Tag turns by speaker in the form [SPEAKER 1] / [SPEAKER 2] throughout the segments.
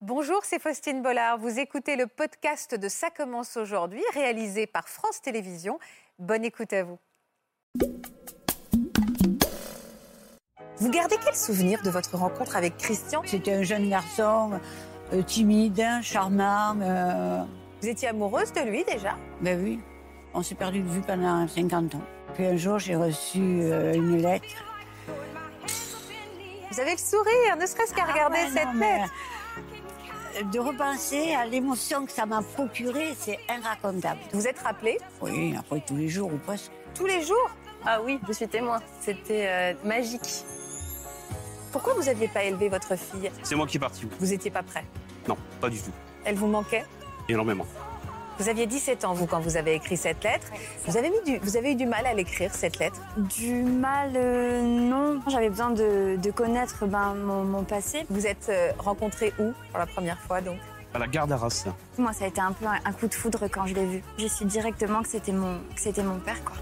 [SPEAKER 1] Bonjour, c'est Faustine Bollard. Vous écoutez le podcast de Ça commence aujourd'hui, réalisé par France Télévisions. Bonne écoute à vous. Vous gardez quel souvenir de votre rencontre avec Christian
[SPEAKER 2] C'était un jeune garçon euh, timide, charmant. euh,
[SPEAKER 1] Vous étiez amoureuse de lui déjà
[SPEAKER 2] ben oui, on s'est perdu de vue pendant 50 ans. Puis un jour, j'ai reçu euh, une lettre.
[SPEAKER 1] Vous avez le sourire, ne serait-ce qu'à regarder
[SPEAKER 2] Ah ouais,
[SPEAKER 1] cette
[SPEAKER 2] non, mais,
[SPEAKER 1] lettre.
[SPEAKER 2] euh, De repenser à l'émotion que ça m'a procurée, c'est inracontable.
[SPEAKER 1] Vous êtes rappelé
[SPEAKER 2] Oui, après tous les jours ou presque.
[SPEAKER 1] tous les jours
[SPEAKER 3] Ah oui, je suis témoin. C'était euh, magique.
[SPEAKER 1] Pourquoi vous n'aviez pas élevé votre fille
[SPEAKER 4] C'est moi qui est parti.
[SPEAKER 1] Vous n'étiez pas prêt.
[SPEAKER 4] Non, pas du tout.
[SPEAKER 1] Elle vous manquait
[SPEAKER 4] Énormément.
[SPEAKER 1] Vous aviez 17 ans, vous, quand vous avez écrit cette lettre. Vous avez, mis du, vous avez eu du mal à l'écrire, cette lettre.
[SPEAKER 5] Du mal, euh, non. J'avais besoin de, de connaître ben, mon, mon passé.
[SPEAKER 1] Vous êtes euh, rencontrés où pour la première fois, donc
[SPEAKER 4] À la gare d'Arras.
[SPEAKER 5] Moi, ça a été un peu un, un coup de foudre quand je l'ai vu. J'ai su directement que c'était mon, que c'était mon père, quoi.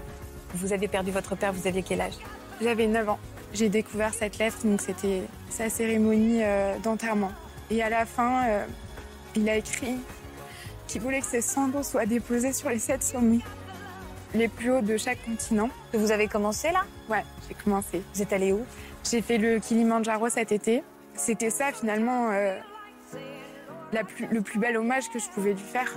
[SPEAKER 1] Vous aviez perdu votre père, vous aviez quel âge
[SPEAKER 6] J'avais 9 ans. J'ai découvert cette lettre, donc c'était sa cérémonie euh, d'enterrement. Et à la fin, euh, il a écrit qu'il voulait que ses cendres soient déposées sur les sept sommets, les plus hauts de chaque continent.
[SPEAKER 1] Que Vous avez commencé là
[SPEAKER 6] Ouais, j'ai commencé.
[SPEAKER 1] Vous êtes allé où
[SPEAKER 6] J'ai fait le Kilimanjaro cet été. C'était ça finalement euh, la plus- le plus bel hommage que je pouvais lui faire.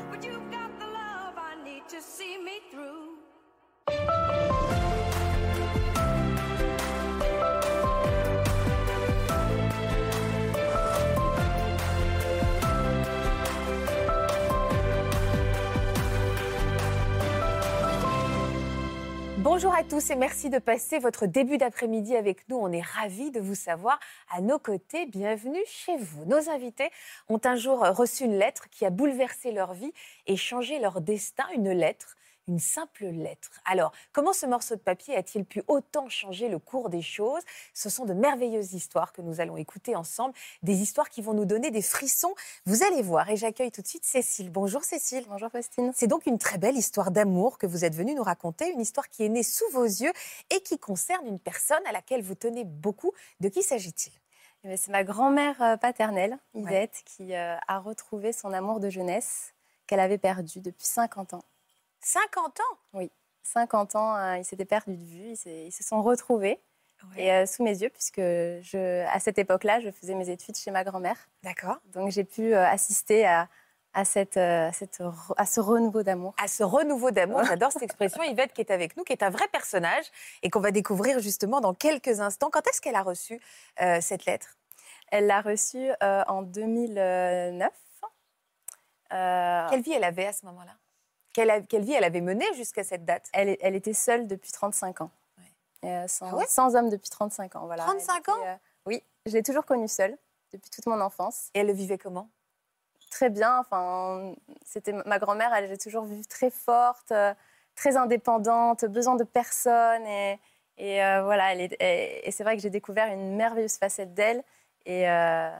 [SPEAKER 1] Bonjour à tous et merci de passer votre début d'après-midi avec nous. On est ravis de vous savoir à nos côtés. Bienvenue chez vous. Nos invités ont un jour reçu une lettre qui a bouleversé leur vie et changé leur destin. Une lettre, une simple lettre. Alors, comment ce morceau de papier a-t-il pu autant changer le cours des choses Ce sont de merveilleuses histoires que nous allons écouter ensemble, des histoires qui vont nous donner des frissons. Vous allez voir. Et j'accueille tout de suite Cécile. Bonjour Cécile.
[SPEAKER 3] Bonjour Faustine.
[SPEAKER 1] C'est donc une très belle histoire d'amour que vous êtes venue nous raconter, une histoire qui est née sous vos yeux et qui concerne une personne à laquelle vous tenez beaucoup. De qui s'agit-il
[SPEAKER 3] Eh bien, C'est ma grand-mère euh, paternelle,
[SPEAKER 1] Ouais.
[SPEAKER 3] Yvette, qui euh, a retrouvé son amour de jeunesse qu'elle avait perdu depuis 50 ans.
[SPEAKER 1] 50 ans
[SPEAKER 3] 50 ans, euh, ils s'étaient perdus de vue, ils, s'est- ils se sont retrouvés.
[SPEAKER 1] Ouais.
[SPEAKER 3] Et euh, sous mes yeux, puisque je, à cette époque-là, je faisais mes études chez ma grand-mère.
[SPEAKER 1] D'accord.
[SPEAKER 3] Donc j'ai pu euh, assister à, à, cette, euh, à cette re- à ce renouveau d'amour.
[SPEAKER 1] À ce renouveau d'amour, j'adore cette expression, Yvette qui est avec nous, qui est un vrai personnage et qu'on va découvrir justement dans quelques instants. Quand est-ce qu'elle a reçu euh, cette lettre
[SPEAKER 3] Elle l'a reçu euh, en 2009. Euh,
[SPEAKER 1] Quelle vie elle avait à ce moment-là quelle, a- quelle vie elle avait menée jusqu'à cette date
[SPEAKER 3] elle, elle était seule depuis 35 ans. Euh, sans,
[SPEAKER 1] Ah ouais
[SPEAKER 3] sans homme depuis 35 ans. Voilà.
[SPEAKER 1] 35
[SPEAKER 3] Elle était, euh, Oui, je l'ai toujours connue seule depuis toute mon enfance.
[SPEAKER 1] Et elle le vivait comment
[SPEAKER 3] Très bien. Enfin, c'était ma- ma grand-mère. Elle j'ai toujours vue très forte, euh, très indépendante, besoin de personne. Et, et, euh, voilà. elle est- et, et c'est vrai que j'ai découvert une merveilleuse facette d'elle et euh,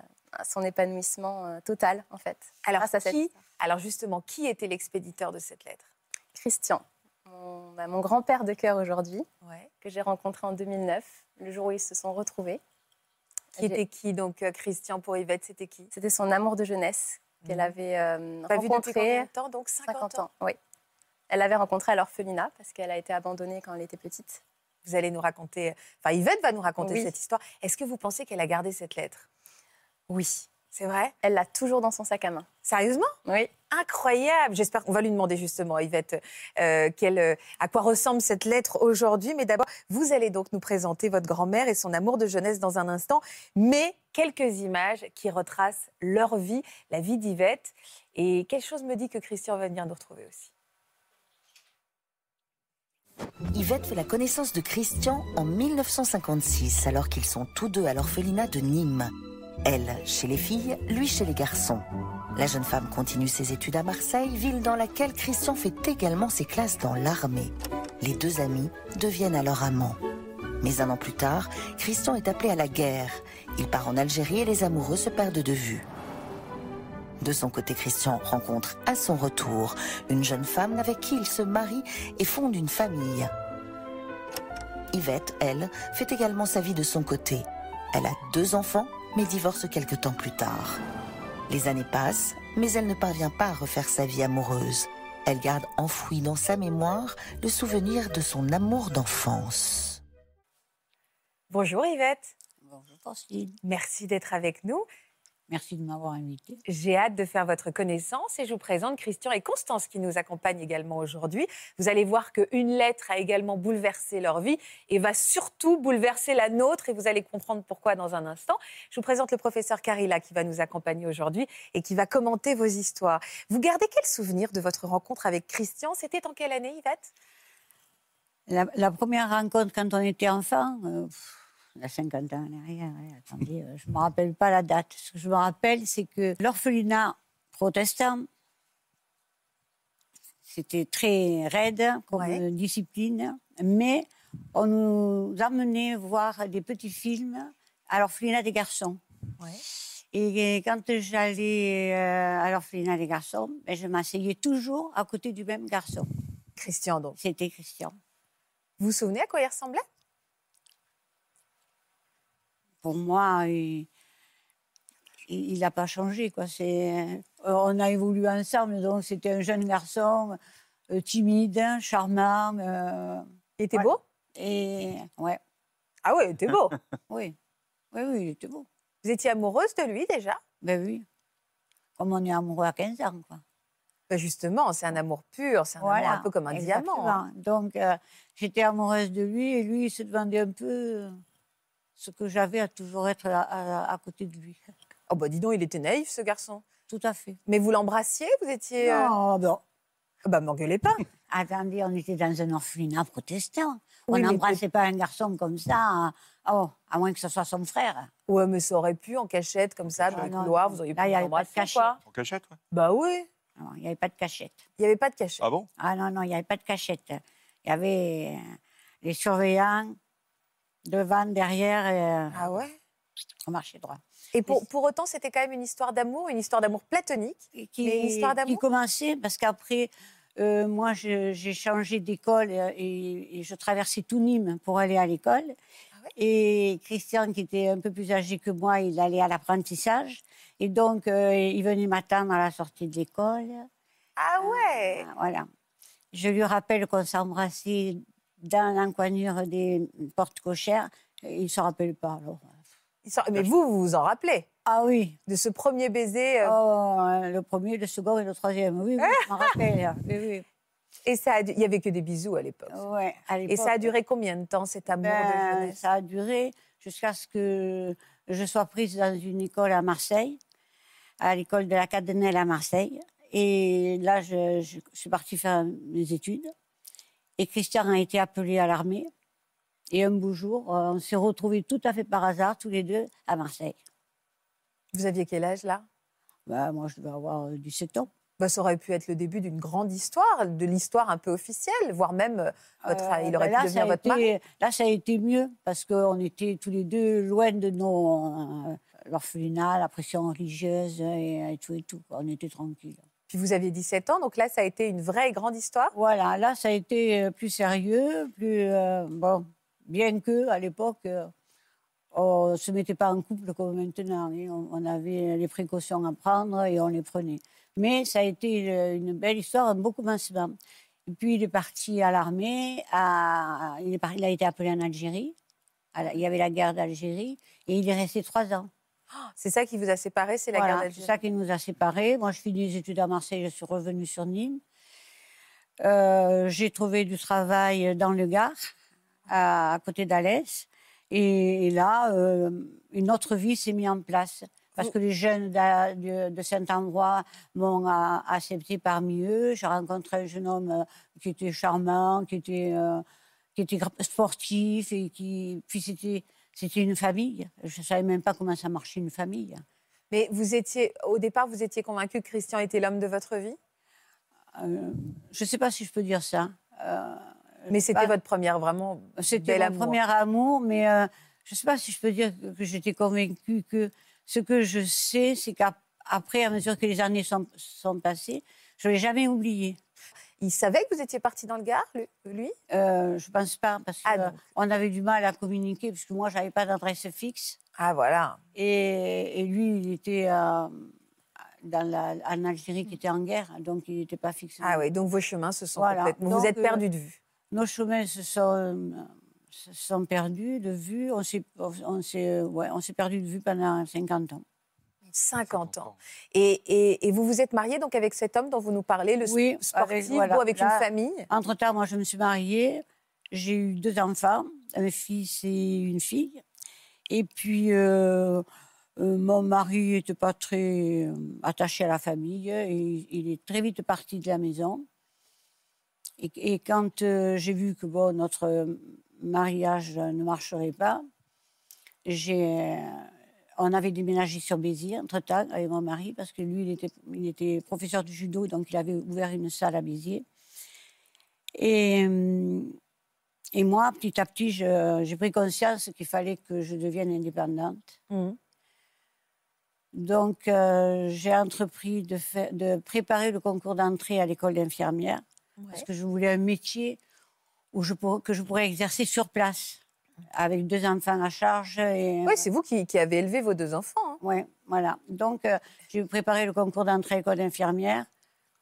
[SPEAKER 3] son épanouissement euh, total en fait.
[SPEAKER 1] Alors,
[SPEAKER 3] Grâce à cette
[SPEAKER 1] qui, alors justement, qui était l'expéditeur de cette lettre
[SPEAKER 3] Christian, mon, bah, mon grand-père de cœur aujourd'hui,
[SPEAKER 1] ouais.
[SPEAKER 3] que j'ai rencontré en 2009, le jour où ils se sont retrouvés.
[SPEAKER 1] Qui
[SPEAKER 3] J'ai-
[SPEAKER 1] était qui donc euh, Christian pour Yvette, c'était qui
[SPEAKER 3] C'était son amour de jeunesse qu'elle
[SPEAKER 1] Mhm.
[SPEAKER 3] avait euh,
[SPEAKER 1] Pas vu depuis combien
[SPEAKER 3] rencontré
[SPEAKER 1] de temps Donc 50,
[SPEAKER 3] 50
[SPEAKER 1] ans.
[SPEAKER 3] ans. Oui. Elle l'avait rencontré à l'orphelinat parce qu'elle a été abandonnée quand elle était petite.
[SPEAKER 1] Vous allez nous raconter, enfin Yvette va nous raconter
[SPEAKER 3] Oui.
[SPEAKER 1] cette histoire. Est-ce que vous pensez qu'elle a gardé cette lettre
[SPEAKER 3] Oui.
[SPEAKER 1] C'est vrai
[SPEAKER 3] Elle l'a toujours dans son sac à main.
[SPEAKER 1] Sérieusement
[SPEAKER 3] Oui.
[SPEAKER 1] Incroyable J'espère qu'on va lui demander justement, Yvette, euh, quelle, euh, à quoi ressemble cette lettre aujourd'hui. Mais d'abord, vous allez donc nous présenter votre grand-mère et son amour de jeunesse dans un instant. Mais quelques images qui retracent leur vie, la vie d'Yvette. Et quelque chose me dit que Christian va venir nous retrouver aussi.
[SPEAKER 7] Yvette fait la connaissance de Christian en 1956, alors qu'ils sont tous deux à l'orphelinat de Nîmes. Elle chez les filles, lui chez les garçons. La jeune femme continue ses études à Marseille, ville dans laquelle Christian fait également ses classes dans l'armée. Les deux amis deviennent alors amants. Mais un an plus tard, Christian est appelé à la guerre. Il part en Algérie et les amoureux se perdent de vue. De son côté, Christian rencontre à son retour une jeune femme avec qui il se marie et fonde une famille. Yvette, elle, fait également sa vie de son côté. Elle a deux enfants, mais divorce quelque temps plus tard. Les années passent, mais elle ne parvient pas à refaire sa vie amoureuse. Elle garde enfoui dans sa mémoire le souvenir de son amour d'enfance.
[SPEAKER 1] Bonjour Yvette,
[SPEAKER 2] Bonjour, Francine.
[SPEAKER 1] merci d'être avec nous.
[SPEAKER 2] Merci de m'avoir invité.
[SPEAKER 1] J'ai hâte de faire votre connaissance et je vous présente Christian et Constance qui nous accompagnent également aujourd'hui. Vous allez voir qu'une lettre a également bouleversé leur vie et va surtout bouleverser la nôtre et vous allez comprendre pourquoi dans un instant. Je vous présente le professeur Carilla qui va nous accompagner aujourd'hui et qui va commenter vos histoires. Vous gardez quel souvenir de votre rencontre avec Christian C'était en quelle année Yvette
[SPEAKER 2] La, la première rencontre quand on était enfant, euh, pff, il y a 50 ans en arrière, ouais, attendez, euh, je ne me rappelle pas la date. Ce que je me rappelle, c'est que l'orphelinat protestant, c'était très raide comme
[SPEAKER 1] Ouais.
[SPEAKER 2] euh, discipline, mais on nous amenait voir des petits films à l'orphelinat des garçons.
[SPEAKER 1] Ouais.
[SPEAKER 2] Et euh, quand j'allais euh, à l'orphelinat des garçons, ben, je m'asseyais toujours à côté du même garçon.
[SPEAKER 1] Christian donc.
[SPEAKER 2] C'était Christian.
[SPEAKER 1] Vous vous souvenez à quoi il ressemblait
[SPEAKER 2] pour moi, il il n'a pas changé. Quoi. C'est- euh, on a évolué ensemble, donc c'était un jeune garçon euh, timide, charmant. euh,
[SPEAKER 1] Il était
[SPEAKER 2] Ouais.
[SPEAKER 1] beau
[SPEAKER 2] et ouais,
[SPEAKER 1] Ah oui, il était beau.
[SPEAKER 2] oui, oui, oui, il était beau.
[SPEAKER 1] vous étiez amoureuse de lui déjà
[SPEAKER 2] Ben oui, comme on est amoureux à 15 ans. Quoi.
[SPEAKER 1] Ben Justement, c'est un amour pur, c'est un
[SPEAKER 2] Voilà,
[SPEAKER 1] amour un peu comme un diamant. hein.
[SPEAKER 2] exactement. Donc euh, j'étais amoureuse de lui et lui, il se demandait un peu euh, ce que j'avais à toujours être à- à- à côté de lui.
[SPEAKER 1] Oh bah dis donc, il était naïf ce garçon.
[SPEAKER 2] Tout à fait.
[SPEAKER 1] Mais vous l'embrassiez, vous étiez... euh,
[SPEAKER 2] Non, bon,
[SPEAKER 1] Ah Bah m'engueulez pas.
[SPEAKER 2] Attendez, on était dans un orphelinat protestant.
[SPEAKER 1] Oui,
[SPEAKER 2] on
[SPEAKER 1] mais
[SPEAKER 2] n'embrassait pas un garçon comme ça, hein. oh, à moins que ce soit son frère.
[SPEAKER 1] Ouais, mais ça aurait pu en cachette comme ça, dans
[SPEAKER 2] Ah
[SPEAKER 1] le
[SPEAKER 2] non,
[SPEAKER 1] couloir,
[SPEAKER 2] non.
[SPEAKER 1] vous auriez pu
[SPEAKER 2] Là, il y avait pas de
[SPEAKER 1] l'embrasser
[SPEAKER 2] cachette.
[SPEAKER 1] quoi.
[SPEAKER 8] En cachette,
[SPEAKER 2] hein.
[SPEAKER 8] ouais.
[SPEAKER 1] Bah oui,
[SPEAKER 2] Non, Il n'y avait pas de cachette.
[SPEAKER 1] il n'y avait pas de cachette.
[SPEAKER 8] Ah bon
[SPEAKER 2] Ah non, non, il n'y avait pas de cachette. Il y avait euh, les surveillants, devant, derrière, et, euh,
[SPEAKER 1] Ah ouais
[SPEAKER 2] on marchait droit.
[SPEAKER 1] Et pour,
[SPEAKER 2] Mais-
[SPEAKER 1] pour autant, c'était quand même une histoire d'amour, une histoire d'amour platonique.
[SPEAKER 2] Et Qui,
[SPEAKER 1] Mais histoire
[SPEAKER 2] qui
[SPEAKER 1] d'amour
[SPEAKER 2] commençait, parce qu'après, euh, moi, je- j'ai changé d'école euh, et, et je traversais tout Nîmes pour aller à l'école.
[SPEAKER 1] Ah
[SPEAKER 2] Et Christian, qui était un peu plus âgé que moi, il allait à l'apprentissage. Et donc, euh, il venait m'attendre à la sortie de l'école. Euh,
[SPEAKER 1] Ah ouais
[SPEAKER 2] Voilà. Je lui rappelle qu'on s'embrassait dans l'encoignure des portes cochères. Et Il ne se rappelle pas, alors.
[SPEAKER 1] Il sort- Mais vous, vous vous en rappelez
[SPEAKER 2] Ah oui,
[SPEAKER 1] de ce premier baiser. euh, Ah.
[SPEAKER 2] oh, le premier, le second et le troisième. Oui, oui je m'en rappelle. Oui, oui.
[SPEAKER 1] Et ça a du- il n'y avait que des bisous à l'époque.
[SPEAKER 2] Ouais, à
[SPEAKER 1] Et ça a
[SPEAKER 2] l'époque,
[SPEAKER 1] duré combien de temps cet amour de
[SPEAKER 2] ben,
[SPEAKER 1] jeunesse
[SPEAKER 2] Ça a duré jusqu'à ce que je sois prise dans une école à Marseille, à l'école de la Cadenelle à Marseille. Et là, je, je suis partie faire mes études. Et Christian a été appelé à l'armée. Et un beau jour, euh, on s'est retrouvés tout à fait par hasard, tous les deux, à Marseille.
[SPEAKER 1] Vous aviez quel âge là
[SPEAKER 2] Ben, moi, je devais avoir euh, 17 ans.
[SPEAKER 1] Bah, ça aurait pu être le début d'une grande histoire, de l'histoire un peu officielle, voire même euh, votre,
[SPEAKER 2] Euh,
[SPEAKER 1] il aurait
[SPEAKER 2] ben là,
[SPEAKER 1] pu
[SPEAKER 2] ça
[SPEAKER 1] devenir
[SPEAKER 2] a
[SPEAKER 1] votre
[SPEAKER 2] été-
[SPEAKER 1] mari.
[SPEAKER 2] Là, ça a été mieux parce qu'on était tous les deux loin de nos euh, l'orphelinat, la pression religieuse et, et tout et tout. On était tranquilles.
[SPEAKER 1] Puis vous aviez 17 ans, donc là, ça a été une vraie grande histoire.
[SPEAKER 2] Voilà, là, ça a été euh, plus sérieux, plus euh, bon. Bien que à l'époque, euh, on se mettait Oh, pas en couple comme maintenant. hein. On, on avait les précautions à prendre et on les prenait. Mais ça a été euh, une belle histoire, un beau commencement. Et puis il est parti à l'armée, à- il, est par- il a été appelé en Algérie. À la- Il y avait la guerre d'Algérie et il est resté trois ans.
[SPEAKER 1] Ah, C'est ça qui vous a séparés, c'est la
[SPEAKER 2] Voilà,
[SPEAKER 1] guerre
[SPEAKER 2] C'est
[SPEAKER 1] d'Algérie.
[SPEAKER 2] ça qui nous a séparés. Moi, je finis les études à Marseille, je suis revenue sur Nîmes. Euh, j'ai trouvé du travail dans le Gard, à, à côté d'Alès. Et, et là, euh, une autre vie s'est mise en place. Parce
[SPEAKER 1] Vous-
[SPEAKER 2] que les jeunes d'a- de, de Saint-Ambrois m'ont a- accepté parmi eux. J'ai rencontré un jeune homme euh, qui était charmant, qui était, euh, qui était gra- sportif. Et qui... Puis c'était, c'était une famille. Je ne savais même pas comment ça marchait une famille.
[SPEAKER 1] Mais vous étiez, au départ, vous étiez convaincu que Christian était l'homme de votre vie,
[SPEAKER 2] Euh, je ne sais pas si je peux dire ça. Euh,
[SPEAKER 1] mais
[SPEAKER 2] je sais
[SPEAKER 1] c'était
[SPEAKER 2] pas.
[SPEAKER 1] votre première vraiment.
[SPEAKER 2] C'était
[SPEAKER 1] bel
[SPEAKER 2] mon
[SPEAKER 1] amour.
[SPEAKER 2] premier amour, mais euh, je ne sais pas si je peux dire que, que j'étais convaincue que ce que je sais, c'est qu'après, à mesure que les années sont, sont passées, je ne l'ai jamais oublié.
[SPEAKER 1] Il savait que vous étiez parti dans le Gard, lui, lui
[SPEAKER 2] Euh, je ne pense pas, parce
[SPEAKER 1] Ah,
[SPEAKER 2] qu'on
[SPEAKER 1] donc.
[SPEAKER 2] avait du mal à communiquer, puisque moi, je n'avais pas d'adresse fixe.
[SPEAKER 1] Ah voilà.
[SPEAKER 2] Et, et lui, il était euh, dans la- en Algérie qui était en guerre, donc il n'était pas fixé.
[SPEAKER 1] Ah oui, donc vos chemins se sont
[SPEAKER 2] Voilà.
[SPEAKER 1] complètement...
[SPEAKER 2] Donc,
[SPEAKER 1] vous êtes
[SPEAKER 2] euh,
[SPEAKER 1] perdu de vue.
[SPEAKER 2] Nos chemins se sont, euh, se sont perdus de vue. On s'est on s'est- euh, ouais, on s'est perdu de vue pendant 50 ans.
[SPEAKER 1] 50 ans. Et, et- et vous vous êtes mariée donc avec cet homme dont vous nous parlez, le
[SPEAKER 2] Oui,
[SPEAKER 1] sp- sportif,
[SPEAKER 2] avec-
[SPEAKER 1] avec,
[SPEAKER 2] voilà,
[SPEAKER 1] avec
[SPEAKER 2] là-
[SPEAKER 1] une famille.
[SPEAKER 2] Entre-temps, moi, je me suis mariée. J'ai eu deux enfants, un fils et une fille. Et puis, euh, euh, mon mari n'était pas très euh, attaché à la famille. Et il est très vite parti de la maison. Et, et quand euh, j'ai vu que bon, notre mariage ne marcherait pas, j'ai, euh, on avait déménagé sur Béziers, entre-temps, avec mon mari, parce que lui, il était, il était professeur de judo, donc il avait ouvert une salle à Béziers. Et, hum, et moi, petit à petit, je- j'ai pris conscience qu'il fallait que je devienne indépendante.
[SPEAKER 1] Mhm.
[SPEAKER 2] Donc, euh, j'ai entrepris de, fa- de préparer le concours d'entrée à l'école d'infirmière, parce que je voulais un métier où je pour- que je pourrais exercer sur place, avec deux enfants à charge. Et,
[SPEAKER 1] Oui, c'est vous qui, qui avez élevé vos deux enfants. hein.
[SPEAKER 2] oui, voilà. Donc, euh, j'ai préparé le concours d'entrée à l'école d'infirmière.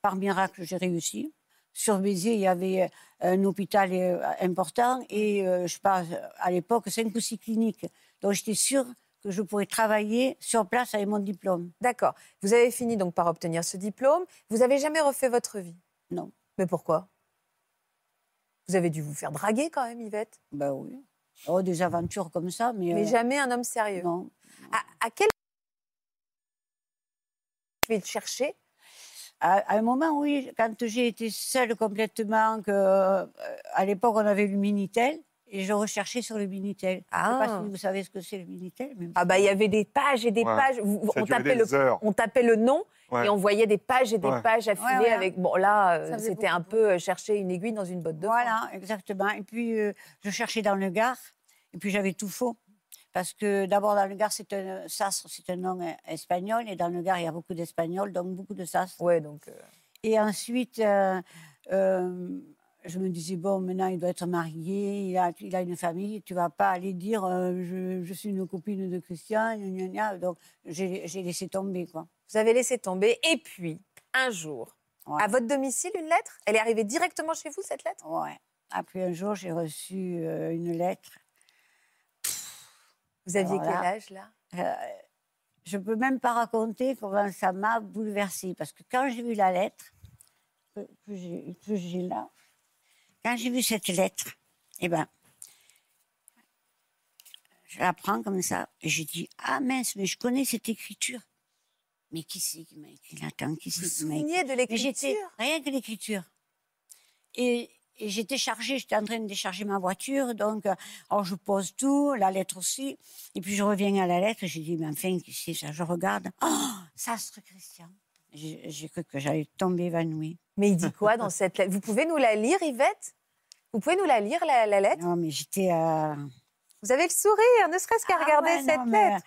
[SPEAKER 2] Par miracle, j'ai réussi. Sur Béziers, il y avait euh, un hôpital euh, important et, euh, je sais pas, à l'époque, cinq ou six cliniques. Donc, j'étais sûre que je pourrais travailler sur place avec mon diplôme.
[SPEAKER 1] D'accord. Vous avez fini donc par obtenir ce diplôme. Vous avez jamais refait votre vie
[SPEAKER 2] Non.
[SPEAKER 1] Mais pourquoi Vous avez dû vous faire draguer quand même, Yvette.
[SPEAKER 2] Ben oui. Oh, des aventures comme ça, mais...
[SPEAKER 1] Mais
[SPEAKER 2] euh,
[SPEAKER 1] jamais un homme sérieux.
[SPEAKER 2] non.
[SPEAKER 1] À, à quel je vais le chercher
[SPEAKER 2] À, à un moment, oui, quand j'ai été seule complètement, que, euh, à l'époque, on avait le Minitel et je recherchais sur le Minitel. Je sais
[SPEAKER 1] Ah.
[SPEAKER 2] pas si vous savez ce que c'est le Minitel. Mais...
[SPEAKER 1] Ah bah il y avait des pages et des
[SPEAKER 8] Ouais.
[SPEAKER 1] pages. Vous-
[SPEAKER 8] Ça
[SPEAKER 1] on,
[SPEAKER 8] durait
[SPEAKER 1] tapait
[SPEAKER 8] des
[SPEAKER 1] le,
[SPEAKER 8] heures.
[SPEAKER 1] on tapait le nom
[SPEAKER 8] Ouais.
[SPEAKER 1] et on voyait des pages et des
[SPEAKER 8] Ouais.
[SPEAKER 1] pages affilées
[SPEAKER 2] Ouais, voilà.
[SPEAKER 1] avec. Bon là, euh,
[SPEAKER 3] Ça faisait
[SPEAKER 1] c'était un peu euh, chercher une aiguille dans une botte de foin.
[SPEAKER 2] Voilà, exactement. Et puis, euh, je cherchais dans le Gard, et puis j'avais tout faux. Parce que d'abord, dans le Gard, c'est un, Sastre, c'est un nom euh, espagnol, et dans le Gard, il y a beaucoup d'Espagnols, donc beaucoup de Sastre.
[SPEAKER 1] Ouais donc. euh,
[SPEAKER 2] Et ensuite, euh, euh, je me disais, bon, maintenant, il doit être marié, il a, il a une famille, tu vas pas aller dire, euh, je, je suis une copine de Christian, gna, gna, gna. donc j'ai j'ai laissé tomber, quoi.
[SPEAKER 1] Vous avez laissé tomber. Et puis, un jour,
[SPEAKER 2] Ouais.
[SPEAKER 1] à votre domicile, une lettre Elle est arrivée directement chez vous, cette lettre
[SPEAKER 2] Ouais. Après, un jour, j'ai reçu euh, une lettre
[SPEAKER 1] Vous aviez
[SPEAKER 2] Alors là-
[SPEAKER 1] quel âge, là
[SPEAKER 2] Euh, je ne peux même pas raconter comment ça m'a bouleversée. Parce que quand j'ai vu la lettre, que, que j'ai- que j'ai là, quand j'ai vu cette lettre, eh ben, je la prends comme ça. Et j'ai dit Ah mince, mais je connais cette écriture. Mais qui c'est qui m'a écrit Attends, hein, qui
[SPEAKER 1] Vous
[SPEAKER 2] c'est
[SPEAKER 1] vous
[SPEAKER 2] qui m'a écrit
[SPEAKER 1] souveniez de
[SPEAKER 2] Mais j'étais
[SPEAKER 1] l'écriture
[SPEAKER 2] rien que l'écriture. Et, et j'étais chargée, j'étais en train de décharger ma voiture, donc euh, alors je pose tout, la lettre aussi, et puis je reviens à la lettre, et j'ai dit, mais enfin, qui c'est ça Je regarde, oh, Sastre Christian. J'ai j'ai cru que j'allais tomber évanouie.
[SPEAKER 1] Mais il dit quoi dans cette lettre Vous pouvez nous la lire, Yvette Vous pouvez nous la lire, la, la lettre
[SPEAKER 2] Non, mais j'étais euh, à...
[SPEAKER 1] Vous avez le sourire, ne serait-ce
[SPEAKER 2] Ah
[SPEAKER 1] qu'à regarder cette lettre.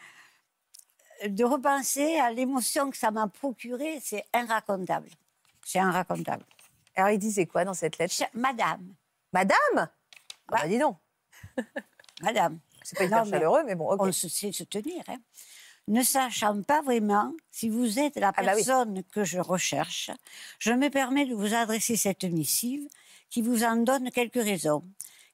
[SPEAKER 2] euh, De repenser à l'émotion que ça m'a procurée, c'est inracontable. C'est inracontable.
[SPEAKER 1] Alors, il disait quoi dans cette lettre
[SPEAKER 2] Cha- Madame,
[SPEAKER 1] Madame Ah bah, dis donc,
[SPEAKER 2] madame,
[SPEAKER 1] c'est pas hyper
[SPEAKER 2] Non, mais-
[SPEAKER 1] chaleureux, mais bon, ok.
[SPEAKER 2] on se sait se tenir. hein. Ne sachant pas vraiment si vous êtes la
[SPEAKER 1] Ah bah oui.
[SPEAKER 2] personne que je recherche, je me permets de vous adresser cette missive qui vous en donne quelques raisons.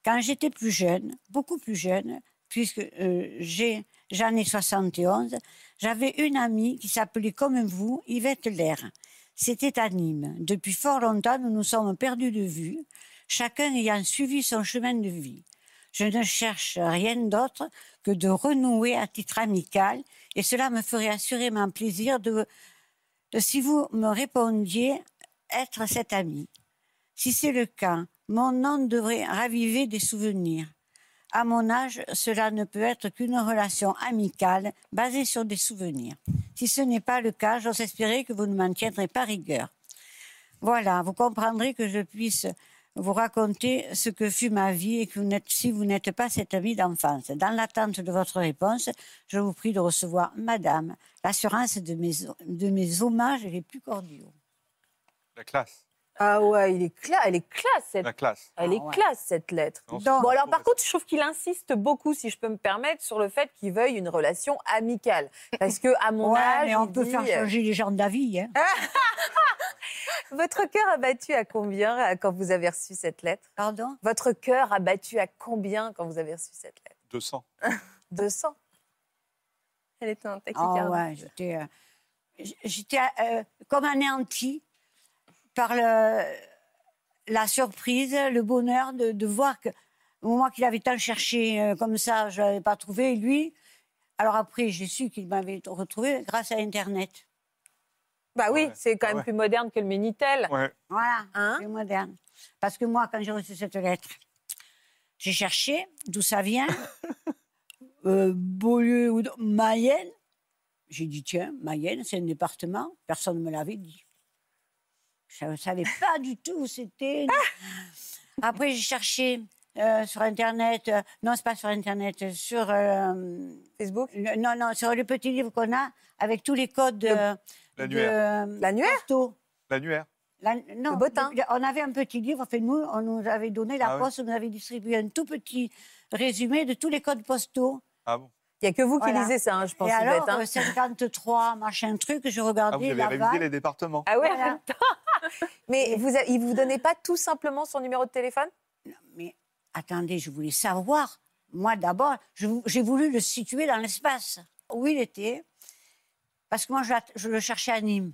[SPEAKER 2] Quand j'étais plus jeune, beaucoup plus jeune, puisque euh, j'ai, j'en ai 71, j'avais une amie qui s'appelait comme vous Yvette Lair. C'était à Nîmes. Depuis fort longtemps, nous nous sommes perdus de vue, chacun ayant suivi son chemin de vie. Je ne cherche rien d'autre que de renouer à titre amical et cela me ferait assurément plaisir de, de- si vous me répondiez être cet ami. Si c'est le cas, mon nom devrait raviver des souvenirs. À mon âge, cela ne peut être qu'une relation amicale basée sur des souvenirs. Si ce n'est pas le cas, j'ose espérer que vous ne m'en tiendrez pas rigueur. Voilà, vous comprendrez que je puisse vous raconter ce que fut ma vie et que vous n'êtes- si vous n'êtes pas cette amie d'enfance. Dans l'attente de votre réponse, je vous prie de recevoir, madame, l'assurance de mes, de mes hommages les plus cordiaux.
[SPEAKER 8] La classe.
[SPEAKER 1] Ah ouais, il est cla- elle est classe, cette,
[SPEAKER 8] La classe.
[SPEAKER 1] elle est
[SPEAKER 2] Ah ouais.
[SPEAKER 1] classe, cette lettre.
[SPEAKER 8] Non,
[SPEAKER 2] Dans-
[SPEAKER 1] Bon, alors
[SPEAKER 8] pour-
[SPEAKER 1] par contre, je trouve qu'il insiste beaucoup, si je peux me permettre, sur le fait qu'il veuille une relation amicale. Parce que à mon
[SPEAKER 2] Ouais,
[SPEAKER 1] âge,
[SPEAKER 2] mais on
[SPEAKER 1] il
[SPEAKER 2] peut
[SPEAKER 1] dit,
[SPEAKER 2] faire
[SPEAKER 1] euh,
[SPEAKER 2] changer les gens d'avis. Hein.
[SPEAKER 1] Votre cœur a battu à combien euh, quand vous avez reçu cette lettre
[SPEAKER 2] Pardon
[SPEAKER 1] Votre cœur a battu à combien quand vous avez reçu cette lettre
[SPEAKER 8] 200.
[SPEAKER 1] Hein 200.
[SPEAKER 3] Elle était en
[SPEAKER 2] Ah
[SPEAKER 3] tachycardie.
[SPEAKER 2] ouais, j'étais, euh, j- j'étais euh, comme anéantie par le- la surprise, le bonheur de, de voir que au moment qu'il avait tant cherché euh, comme ça, je l'avais pas trouvé. et Lui, alors après, j'ai su qu'il m'avait retrouvé grâce à Internet.
[SPEAKER 1] Bah oui,
[SPEAKER 8] Ouais. Ah
[SPEAKER 1] c'est quand même
[SPEAKER 8] Ouais.
[SPEAKER 1] plus moderne que le Minitel.
[SPEAKER 8] Ouais.
[SPEAKER 2] Voilà,
[SPEAKER 1] Hein
[SPEAKER 2] c'est moderne. Parce que moi, quand j'ai reçu cette lettre, j'ai cherché d'où ça vient. euh, Beaulieu ou d- Mayenne. J'ai dit, tiens, Mayenne, c'est un département. Personne ne me l'avait dit. Je ne savais pas du tout où c'était. Après, j'ai cherché euh, sur Internet. euh, non, c'est pas sur Internet. euh, Sur. Facebook Non, non, sur le petit livre qu'on a avec tous les codes. euh,
[SPEAKER 8] L'annuaire.
[SPEAKER 2] de-
[SPEAKER 1] L'annuaire
[SPEAKER 2] Porto.
[SPEAKER 8] L'annuaire.
[SPEAKER 2] La- non,
[SPEAKER 1] Le bottin.
[SPEAKER 2] le- on avait un petit livre, enfin nous, on nous avait donné la
[SPEAKER 8] Ah ouais.
[SPEAKER 2] poste, on nous avait distribué un tout petit résumé de tous les codes postaux.
[SPEAKER 8] Ah bon
[SPEAKER 1] Il n'y a que vous qui
[SPEAKER 2] Voilà.
[SPEAKER 1] lisez ça, hein, je pense,
[SPEAKER 2] Et alors,
[SPEAKER 1] Yvette, hein.
[SPEAKER 2] euh, 53, machin truc, je
[SPEAKER 8] Ah, vous
[SPEAKER 2] regardais
[SPEAKER 8] avez
[SPEAKER 2] la
[SPEAKER 8] révisé les départements.
[SPEAKER 1] Ah ouais,
[SPEAKER 2] voilà.
[SPEAKER 1] en même temps. Mais vous a- il ne vous donnait pas tout simplement son numéro de téléphone
[SPEAKER 2] Mais attendez, je voulais savoir. Moi, d'abord, je vou- j'ai voulu le situer dans l'espace où il était, parce que moi, je, l'att- je le cherchais à Nîmes.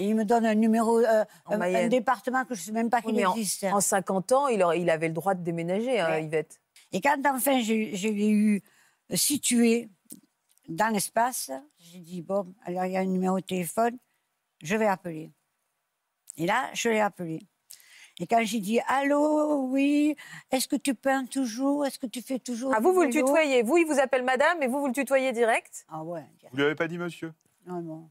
[SPEAKER 2] Et il me donne un numéro, euh,
[SPEAKER 1] En
[SPEAKER 2] un, un
[SPEAKER 1] Mayenne.
[SPEAKER 2] département que je ne sais même pas qu'il
[SPEAKER 1] Oui, mais
[SPEAKER 2] existe. hein.
[SPEAKER 1] En 50 ans, il, aurait- il avait le droit de déménager, hein,
[SPEAKER 2] Ouais.
[SPEAKER 1] Yvette.
[SPEAKER 2] Et quand enfin je, je l'ai eu euh, situé dans l'espace, j'ai dit bon, alors il y a un numéro de téléphone, je vais appeler. Et là, je l'ai appelé. Et quand j'ai dit allô, oui, est-ce que tu peins toujours, est-ce que tu fais toujours
[SPEAKER 1] Ah,
[SPEAKER 2] du
[SPEAKER 1] vous, vous le
[SPEAKER 2] vélo
[SPEAKER 1] tutoyez. Vous, il vous appelle madame et vous, vous le tutoyez direct.
[SPEAKER 2] Ah ouais. direct.
[SPEAKER 8] Vous lui avez pas dit monsieur
[SPEAKER 2] Non, non.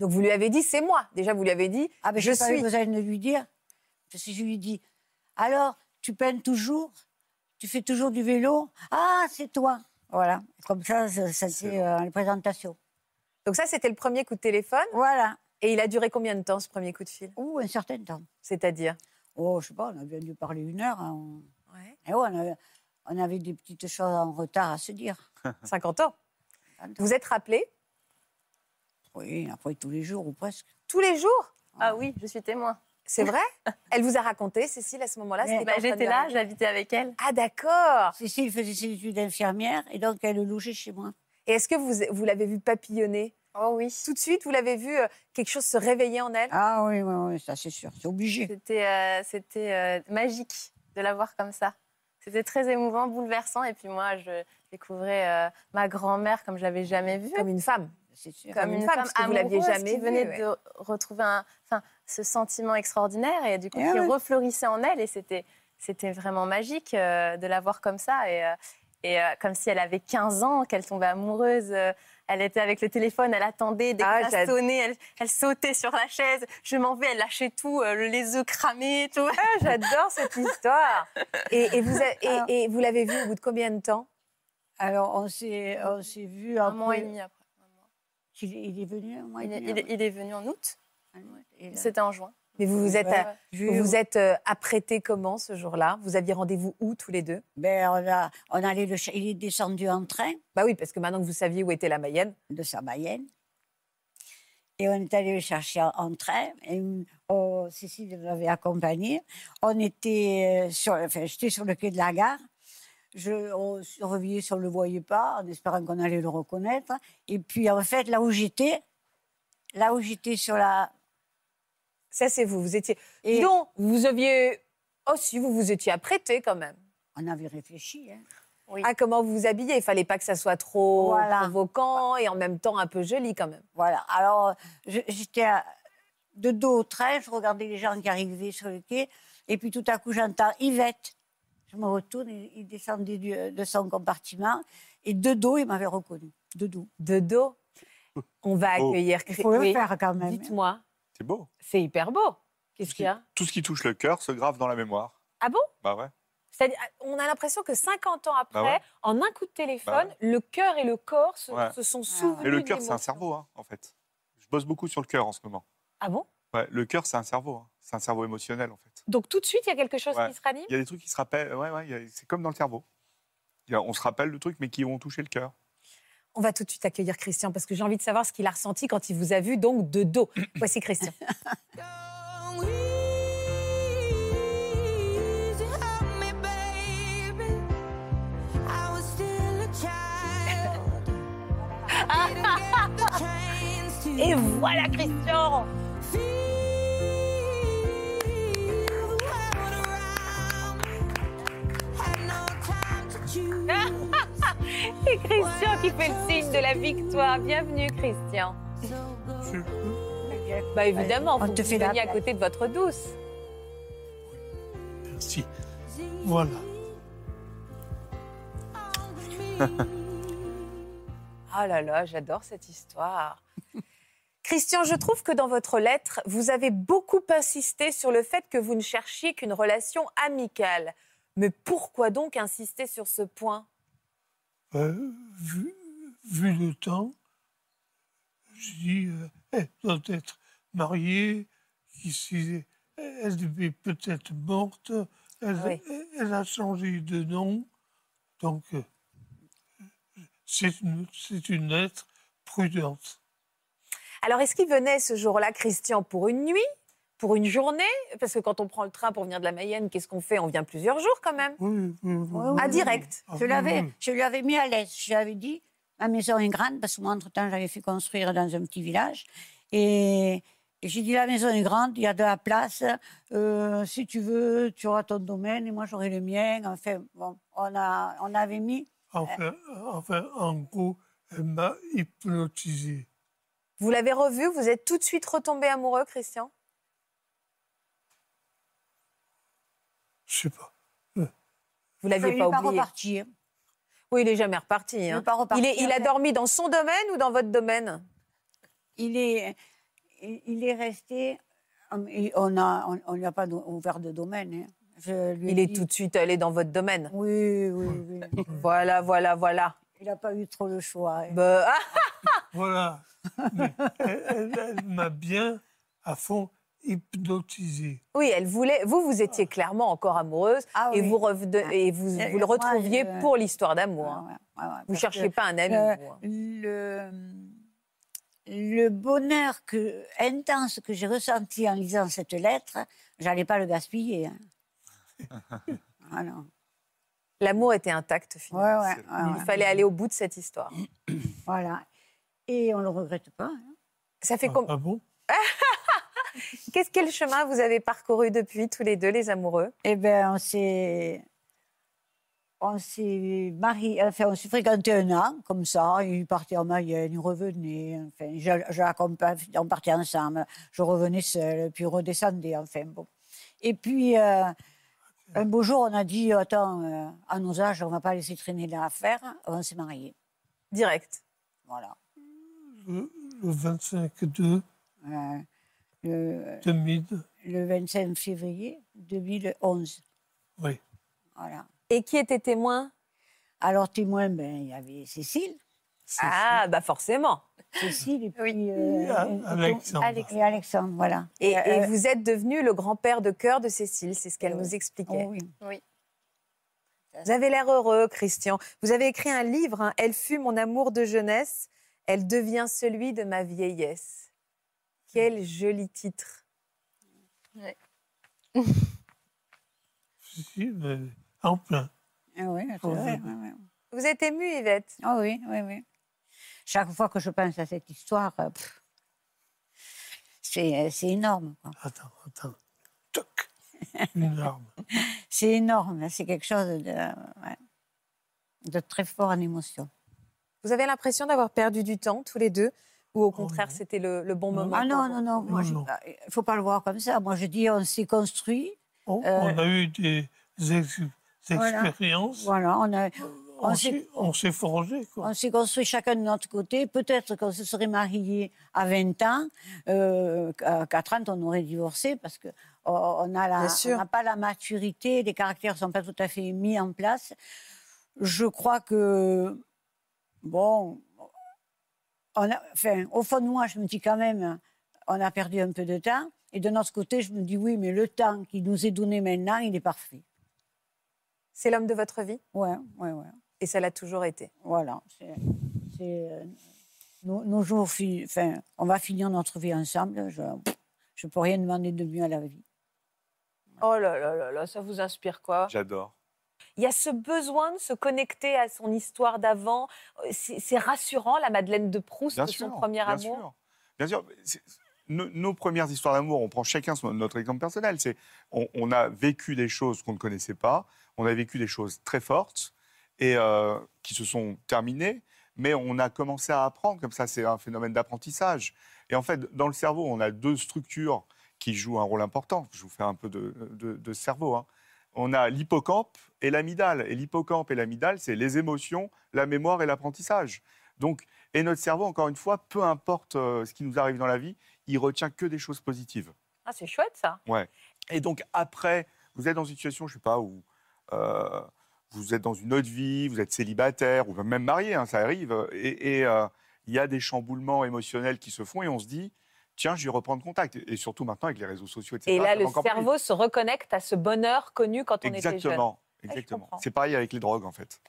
[SPEAKER 1] Donc vous lui avez dit, c'est moi. Déjà, vous lui avez dit,
[SPEAKER 2] Ah ben
[SPEAKER 1] je
[SPEAKER 2] j'ai pas eu
[SPEAKER 1] suis.
[SPEAKER 2] besoin de lui dire, parce que je lui dis alors tu peins toujours, tu fais toujours du vélo, ah c'est toi, voilà. Comme ça, ça, ça
[SPEAKER 8] C'est
[SPEAKER 2] c'est euh, la présentation.
[SPEAKER 1] Donc ça, c'était le premier coup de téléphone.
[SPEAKER 2] Voilà.
[SPEAKER 1] Et il a duré combien de temps, ce premier coup de fil
[SPEAKER 2] Ou un certain temps.
[SPEAKER 1] C'est-à-dire
[SPEAKER 2] Oh, je sais pas, on a bien dû parler une heure. hein, on- Et ouais, on, avait, on avait des petites choses en retard à se dire.
[SPEAKER 1] 50 ans. Vous êtes rappelé
[SPEAKER 2] Oui, après tous les jours ou presque.
[SPEAKER 1] tous les jours
[SPEAKER 3] Ah oui, je suis témoin.
[SPEAKER 1] C'est vrai Elle vous a raconté, Cécile, à ce moment-là
[SPEAKER 2] Mais-
[SPEAKER 1] c'était
[SPEAKER 3] Bah,
[SPEAKER 1] quand ça
[SPEAKER 3] J'étais
[SPEAKER 1] lui
[SPEAKER 3] là,
[SPEAKER 1] arrivait
[SPEAKER 3] j'habitais avec elle.
[SPEAKER 1] Ah d'accord.
[SPEAKER 2] Cécile faisait ses études d'infirmière et donc elle logeait chez moi.
[SPEAKER 1] Et est-ce que vous, vous l'avez vue papillonner
[SPEAKER 3] Oh oui.
[SPEAKER 1] Tout de suite, vous l'avez vue euh, quelque chose se réveiller en elle
[SPEAKER 2] Ah oui, oui, oui, ça c'est sûr, c'est obligé.
[SPEAKER 3] C'était euh, c'était, euh, magique de la voir comme ça. C'était très émouvant, bouleversant. Et puis moi, je découvrais euh, ma grand-mère comme je l'avais jamais vue.
[SPEAKER 1] Comme une femme.
[SPEAKER 2] C'est sûr.
[SPEAKER 1] Comme une femme, parce que vous l'aviez
[SPEAKER 3] amoureuse
[SPEAKER 1] jamais
[SPEAKER 3] qui
[SPEAKER 1] vue,
[SPEAKER 3] venait
[SPEAKER 1] ouais.
[SPEAKER 3] de retrouver un, enfin, ce sentiment extraordinaire et du coup
[SPEAKER 2] Eh
[SPEAKER 3] qui
[SPEAKER 2] ouais.
[SPEAKER 3] refleurissait en elle. Et c'était c'était vraiment magique euh, de la voir comme ça. Et, euh, et euh, comme si elle avait 15 ans, qu'elle tombait amoureuse. euh, elle était avec le téléphone, elle attendait, dès que
[SPEAKER 1] Ah,
[SPEAKER 3] ça
[SPEAKER 1] j'ad-
[SPEAKER 3] sonnait, elle, elle sautait sur la chaise. Je m'en vais, elle lâchait tout, euh, les œufs cramés, tout.
[SPEAKER 1] Ah, J'adore cette histoire. Et, et vous, a-
[SPEAKER 2] Alors-
[SPEAKER 1] et, et vous l'avez vue au bout de combien de temps
[SPEAKER 2] Alors on s'est, on s'est vu
[SPEAKER 3] Un mois et
[SPEAKER 2] après.
[SPEAKER 3] demi après.
[SPEAKER 2] Il, il est venu un mois et
[SPEAKER 3] Il, est-
[SPEAKER 2] demi.
[SPEAKER 3] il est-
[SPEAKER 2] après.
[SPEAKER 3] il est venu en août,
[SPEAKER 2] Et là,
[SPEAKER 3] c'était en juin.
[SPEAKER 1] euh, Mais vous vous êtes,
[SPEAKER 2] Ouais.
[SPEAKER 1] à-
[SPEAKER 2] je-
[SPEAKER 1] vous vous êtes euh, apprêtés comment ce jour-là Vous aviez rendez-vous où tous les deux
[SPEAKER 2] ben, on, a- on allait le, ch- il est descendu en train.
[SPEAKER 1] Bah oui, parce que maintenant que vous saviez où était la Mayenne,
[SPEAKER 2] de sa Mayenne. Et on est allé le chercher en, en train. Et hum, oh, Cécile m'avait accompagnée. On était euh, sur, enfin, j'étais sur le quai de la gare. Je, on surveillait si on ne le voyait pas, en espérant qu'on allait le reconnaître. Et puis, en fait, là où j'étais, là où j'étais sur la.
[SPEAKER 1] ça c'est vous. Vous étiez.
[SPEAKER 2] Et
[SPEAKER 1] Dis donc, vous aviez. Oh si, vous vous étiez apprêtés quand même.
[SPEAKER 2] on avait réfléchi. hein.
[SPEAKER 1] Ah, comment vous vous habillez Il fallait pas que ça soit trop
[SPEAKER 2] Voilà.
[SPEAKER 1] provoquant et en même temps un peu joli quand même.
[SPEAKER 2] Voilà.
[SPEAKER 1] euh,
[SPEAKER 2] Alors, je- j'étais à- de dos au train, je regardais les gens qui arrivaient sur le quai, et puis tout à coup, j'entends Yvette. Je me retourne, il, il descendait du- euh, de son compartiment, et de dos, il m'avait reconnu. De dos.
[SPEAKER 1] De dos, on va
[SPEAKER 8] Oh.
[SPEAKER 1] accueillir.
[SPEAKER 2] Il faut le
[SPEAKER 1] Oui,
[SPEAKER 2] faire quand même.
[SPEAKER 1] Dites-moi,
[SPEAKER 8] C'est beau.
[SPEAKER 1] c'est hyper beau. Qu'est-ce qu'il y a
[SPEAKER 8] Tout ce qui touche le cœur se grave dans la mémoire.
[SPEAKER 1] Ah bon
[SPEAKER 8] Bah ouais.
[SPEAKER 1] C'est-à-dire, ah, on a l'impression que 50 ans après,
[SPEAKER 8] Bah ouais.
[SPEAKER 1] en un coup de téléphone,
[SPEAKER 8] Bah
[SPEAKER 1] le cœur et le corps se,
[SPEAKER 8] Ouais.
[SPEAKER 1] se sont
[SPEAKER 2] Ah ouais.
[SPEAKER 1] souvenus.
[SPEAKER 8] Et le
[SPEAKER 1] de
[SPEAKER 8] cœur, c'est un
[SPEAKER 1] l'émotion.
[SPEAKER 8] cerveau, hein, en fait. Je bosse beaucoup sur le cœur en ce moment.
[SPEAKER 1] Ah bon
[SPEAKER 8] Ouais, le cœur, c'est un cerveau. hein. C'est un cerveau émotionnel, en fait.
[SPEAKER 1] Donc tout de suite, il y a quelque chose
[SPEAKER 8] Ouais.
[SPEAKER 1] qui se ranime
[SPEAKER 8] Il y a des trucs qui se rappellent. Ouais, ouais, il y a- c'est comme dans le cerveau. Il y a- on se rappelle le truc, mais qui vont toucher le cœur.
[SPEAKER 1] On va tout de suite accueillir Christian parce que j'ai envie de savoir ce qu'il a ressenti quand il vous a vu donc de dos. Voici Christian. Et voilà Christian Et Christian qui fait le signe de la victoire. Bienvenue Christian. Bah évidemment,
[SPEAKER 5] On
[SPEAKER 1] vous
[SPEAKER 5] te
[SPEAKER 1] vous
[SPEAKER 5] fait la
[SPEAKER 1] veniez à
[SPEAKER 5] place.
[SPEAKER 1] côté de votre douce.
[SPEAKER 9] Merci. Voilà.
[SPEAKER 1] Ah là là, j'adore cette histoire. Christian, je trouve que dans votre lettre, vous avez beaucoup insisté sur le fait que vous ne cherchiez qu'une relation amicale. Mais pourquoi donc insister sur ce point
[SPEAKER 9] Euh, vu, vu le temps, je dis, euh, elle doit être mariée, ici, elle est peut-être morte, elle,
[SPEAKER 1] Ah oui.
[SPEAKER 9] elle- elle a changé de nom. Donc, euh, c'est une, c'est une lettre prudente.
[SPEAKER 1] Alors, est-ce qu'il venait ce jour-là, Christian, pour une nuit Pour une journée Parce que quand on prend le train pour venir de la Mayenne, qu'est-ce qu'on fait On vient plusieurs jours quand même.
[SPEAKER 9] Oui, oui, oui,
[SPEAKER 2] Ouais,
[SPEAKER 9] oui.
[SPEAKER 1] À direct.
[SPEAKER 9] Ah,
[SPEAKER 2] Je,
[SPEAKER 9] oui,
[SPEAKER 2] l'avais,
[SPEAKER 9] oui.
[SPEAKER 2] je lui avais mis à l'aise. Je lui avais dit, ma maison est grande, parce que moi, entre-temps, j'avais fait construire dans un petit village. Et, et j'ai dit, la maison est grande, il y a de la place. Euh, si tu veux, tu auras ton domaine et moi, j'aurai le mien. Enfin, bon, on, a, on avait mis.
[SPEAKER 9] Ah, Enfin, enfin, en gros, elle m'a hypnotisé.
[SPEAKER 1] Vous l'avez revu, vous êtes tout de suite retombé amoureux, Christian
[SPEAKER 9] Je sais pas. Euh.
[SPEAKER 2] Je
[SPEAKER 1] Vous l'aviez
[SPEAKER 2] l'ai
[SPEAKER 1] pas
[SPEAKER 2] pas
[SPEAKER 1] oublié.
[SPEAKER 2] reparti. hein.
[SPEAKER 1] oui, il est jamais reparti.
[SPEAKER 2] Je
[SPEAKER 1] hein.
[SPEAKER 2] l'ai pas reparti,
[SPEAKER 1] Il, est- il a
[SPEAKER 2] après.
[SPEAKER 1] dormi dans son domaine ou dans votre domaine
[SPEAKER 2] il est, il il est resté. hum, et On a, on, on lui a pas do- ouvert de domaine. hein. Je lui ai
[SPEAKER 1] Il est
[SPEAKER 2] dit-
[SPEAKER 1] tout de suite allé dans votre domaine.
[SPEAKER 2] Oui, oui, oui.
[SPEAKER 1] Voilà, voilà, voilà.
[SPEAKER 2] Il n'a pas eu trop le choix. hein.
[SPEAKER 1] Bah, ah,
[SPEAKER 9] Voilà. Mais elle elle- elle m'a bien, à fond, hypnotisé.
[SPEAKER 1] oui, elle voulait. Vous, vous étiez clairement encore amoureuse
[SPEAKER 2] Ah
[SPEAKER 1] et
[SPEAKER 2] oui.
[SPEAKER 1] vous, revenez-
[SPEAKER 2] Ah.
[SPEAKER 1] et vous,
[SPEAKER 2] Euh,
[SPEAKER 1] vous le
[SPEAKER 2] moi,
[SPEAKER 1] retrouviez
[SPEAKER 2] je-
[SPEAKER 1] pour l'histoire
[SPEAKER 2] Ouais,
[SPEAKER 1] d'amour. hein.
[SPEAKER 2] ouais, ouais, ouais,
[SPEAKER 1] Vous
[SPEAKER 2] parce
[SPEAKER 1] cherchiez
[SPEAKER 2] que Euh,
[SPEAKER 1] pas un ami.
[SPEAKER 2] le-
[SPEAKER 1] vous, hein.
[SPEAKER 2] le, le bonheur que, intense que j'ai ressenti en lisant cette lettre, j'allais pas le gaspiller. hein. ah non.
[SPEAKER 1] L'amour était intact
[SPEAKER 2] Ouais,
[SPEAKER 1] finalement.
[SPEAKER 2] ouais,
[SPEAKER 8] c'est-
[SPEAKER 2] ouais,
[SPEAKER 1] Il
[SPEAKER 2] ouais.
[SPEAKER 1] fallait aller au bout de cette histoire.
[SPEAKER 2] Voilà. Et on ne le regrette pas. hein.
[SPEAKER 1] Ça fait
[SPEAKER 9] Ah,
[SPEAKER 1] com-
[SPEAKER 9] ah bon
[SPEAKER 1] Qu'est-ce quel chemin vous avez parcouru depuis tous les deux les amoureux
[SPEAKER 2] Eh bien, on s'est. On s'est marié, enfin, on s'est fréquenté un an, comme ça. Il partait en Mayenne, il revenait. Enfin, je, je l'accompagnais, on partait ensemble. Je revenais seule, puis redescendais, enfin, bon. Et puis, euh, un beau jour, on a dit Attends, euh, à nos âges, on ne va pas laisser traîner l'affaire, on s'est mariés.
[SPEAKER 1] Direct.
[SPEAKER 2] Voilà.
[SPEAKER 9] Le, le 25 2
[SPEAKER 2] Euh, le,
[SPEAKER 9] 2000,
[SPEAKER 2] le 25 février 2011.
[SPEAKER 9] oui.
[SPEAKER 2] Voilà.
[SPEAKER 1] Et qui était témoin
[SPEAKER 2] Alors, témoin, ben, il y avait Cécile.
[SPEAKER 1] Ah bah forcément.
[SPEAKER 2] Cécile et puis
[SPEAKER 3] Oui.
[SPEAKER 2] euh,
[SPEAKER 9] Et A-
[SPEAKER 2] et- et-
[SPEAKER 9] Alexandre.
[SPEAKER 2] Alex- et Alexandre, voilà.
[SPEAKER 1] Et,
[SPEAKER 2] Euh,
[SPEAKER 1] et vous êtes devenu le grand-père de cœur de Cécile, c'est ce qu'elle
[SPEAKER 2] Oui.
[SPEAKER 1] nous expliquait.
[SPEAKER 2] oh oui.
[SPEAKER 1] Vous avez l'air heureux, Christian. Vous avez écrit un livre, hein, Elle fut mon amour de jeunesse, elle devient celui de ma vieillesse. Quel joli titre.
[SPEAKER 9] Si, mais en plein.
[SPEAKER 2] Ah oui, c'est
[SPEAKER 9] Oh,
[SPEAKER 2] vrai,
[SPEAKER 9] oui.
[SPEAKER 2] ouais, ouais.
[SPEAKER 1] Vous êtes ému, Yvette
[SPEAKER 2] Ah oui, oui, oui. Chaque fois que je pense à cette histoire, euh, pff, c'est c'est énorme. quoi.
[SPEAKER 9] Attends, attends. Toc Une larme.
[SPEAKER 2] C'est énorme. hein, C'est quelque chose de, ouais, de très fort en émotion.
[SPEAKER 1] Vous avez l'impression d'avoir perdu du temps, tous les deux Ou au contraire,
[SPEAKER 9] Oh, non.
[SPEAKER 1] c'était le, le bon
[SPEAKER 9] Non,
[SPEAKER 1] moment
[SPEAKER 2] Ah
[SPEAKER 1] pour
[SPEAKER 2] non,
[SPEAKER 1] vous
[SPEAKER 2] non, non. moi,
[SPEAKER 9] Non,
[SPEAKER 2] je-
[SPEAKER 9] non.
[SPEAKER 2] ah, Il ne faut pas le voir comme ça. Moi, je dis, on s'est construit.
[SPEAKER 9] On,
[SPEAKER 2] Euh,
[SPEAKER 9] Oh, on a eu des, ex- des
[SPEAKER 2] voilà.
[SPEAKER 9] expériences.
[SPEAKER 2] Voilà, on a-
[SPEAKER 9] On
[SPEAKER 2] on
[SPEAKER 9] s'est- On s'est forgé, quoi.
[SPEAKER 2] On s'est construit chacun de notre côté. Peut-être qu'on se serait mariés à 20 ans. Euh, qu'à qu'à 30, on aurait divorcé parce que on- on a la-
[SPEAKER 1] Bien sûr.
[SPEAKER 2] on n'a pas la maturité. Les caractères ne sont pas tout à fait mis en place. Je crois que, bon, on a, enfin, au fond de moi, je me dis quand même, on a perdu un peu de temps. Et de notre côté, je me dis oui, mais le temps qui nous est donné maintenant, il est parfait.
[SPEAKER 1] C'est l'homme de votre vie
[SPEAKER 2] Ouais, ouais, ouais.
[SPEAKER 1] Et ça l'a toujours été.
[SPEAKER 2] Voilà. C'est, c'est, euh, nos, nos jours, fi- enfin, on va finir notre vie ensemble. Je ne peux rien demander de mieux à la vie.
[SPEAKER 1] Oh là là là là, ça vous inspire quoi
[SPEAKER 8] J'adore.
[SPEAKER 1] Il y a ce besoin de se connecter à son histoire d'avant. Euh, C'est c'est rassurant, la Madeleine de Proust,
[SPEAKER 8] Bien
[SPEAKER 1] de
[SPEAKER 8] sûr.
[SPEAKER 1] son premier
[SPEAKER 8] bien
[SPEAKER 1] amour.
[SPEAKER 8] Sûr. Bien sûr. mais c'est- Nos, nos premières histoires d'amour, on prend chacun son- notre exemple personnel. C'est on, on a vécu des choses qu'on ne connaissait pas, on a vécu des choses très fortes et euh, qui se sont terminées, mais on a commencé à apprendre. Comme ça, c'est un phénomène d'apprentissage. Et en fait, dans le cerveau, on a deux structures qui jouent un rôle important. Je vous fais un peu de, de- de cerveau. hein. On a l'hippocampe et l'amidale. Et l'hippocampe et l'amidale, c'est les émotions, la mémoire et l'apprentissage. Donc, et notre cerveau, encore une fois, peu importe euh, ce qui nous arrive dans la vie, il retient que des choses positives.
[SPEAKER 1] Ah, c'est chouette ça.
[SPEAKER 8] Et donc après, vous êtes dans une situation, je sais pas, où euh, vous êtes dans une autre vie, vous êtes célibataire, ou même marié, hein, ça arrive, euh, et et, euh, il y a des chamboulements émotionnels qui se font, et on se dit, tiens, je vais reprendre contact. Et surtout maintenant avec les réseaux sociaux, etc.
[SPEAKER 1] Et là,
[SPEAKER 8] ça
[SPEAKER 1] le
[SPEAKER 8] va encore plus
[SPEAKER 1] cerveau se reconnecte à ce bonheur connu quand on
[SPEAKER 8] vite.
[SPEAKER 1] était jeune. Ah,
[SPEAKER 8] Exactement,
[SPEAKER 1] je
[SPEAKER 8] exactement.
[SPEAKER 1] comprends.
[SPEAKER 8] C'est pareil avec les drogues, en fait.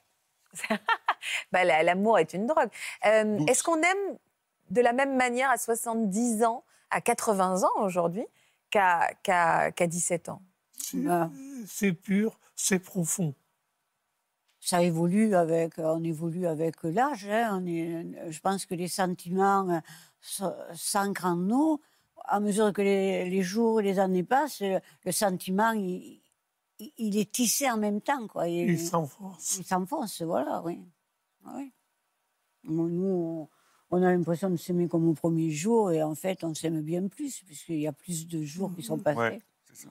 [SPEAKER 1] Bah, la- L'amour est une drogue. Euh,
[SPEAKER 8] Douce.
[SPEAKER 1] Est-ce qu'on aime de la même manière à 70 ans, à 80 ans aujourd'hui, qu'à qu'à- qu'à 17 ans
[SPEAKER 9] C'est-
[SPEAKER 2] Bah.
[SPEAKER 9] C'est pur, c'est profond.
[SPEAKER 2] ça évolue avec, euh, on évolue avec l'âge. hein, on est- je pense que les sentiments euh, s- s'ancrent en nous. À mesure que les, les jours et les années passent, euh, le sentiment, il, il- il est tissé en même temps. Quoi. Il-
[SPEAKER 9] Il s'enfonce.
[SPEAKER 2] il s'enfonce, voilà, oui. Ah oui. Nous, nous, on a l'impression de s'aimer comme au premier jour, et en fait, on s'aime bien plus, puisqu'il y a plus de jours qui
[SPEAKER 9] Mm-hmm.
[SPEAKER 2] sont passés.
[SPEAKER 8] Ouais. C'est ça.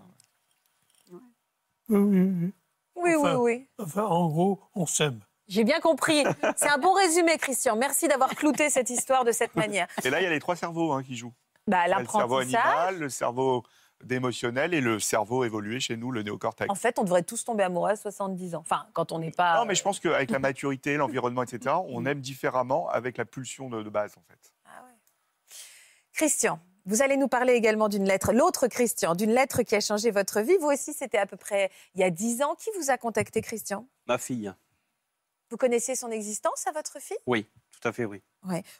[SPEAKER 9] Oui, oui, oui.
[SPEAKER 1] Oui,
[SPEAKER 9] Enfin-
[SPEAKER 1] oui, oui.
[SPEAKER 9] Enfin, en gros, on s'aime.
[SPEAKER 1] J'ai bien compris. C'est un bon résumé, Christian. Merci d'avoir clouté cette histoire de cette manière.
[SPEAKER 8] Et là, il y a les trois cerveaux hein, qui jouent.
[SPEAKER 1] Bah,
[SPEAKER 8] Il y a Le cerveau
[SPEAKER 1] L'apprentissage.
[SPEAKER 8] animal, le cerveau d'émotionnel et le cerveau évolué chez nous, le néocortex.
[SPEAKER 1] En fait, on devrait tous tomber amoureux à 70 ans. Enfin, quand on n'est pas.
[SPEAKER 8] Non, mais je pense qu'avec
[SPEAKER 1] euh,
[SPEAKER 8] la maturité, l'environnement, etc.,
[SPEAKER 1] Mm.
[SPEAKER 8] on aime différemment avec la pulsion de, de base, en fait.
[SPEAKER 1] Ah ouais. Christian, vous allez nous parler également d'une lettre, l'autre Christian, d'une lettre qui a changé votre vie. Vous aussi, c'était à peu près il y a 10 ans. Qui vous a contacté, Christian
[SPEAKER 4] Ma fille,
[SPEAKER 1] Vous connaissiez son existence à votre fille
[SPEAKER 4] tout à fait, oui.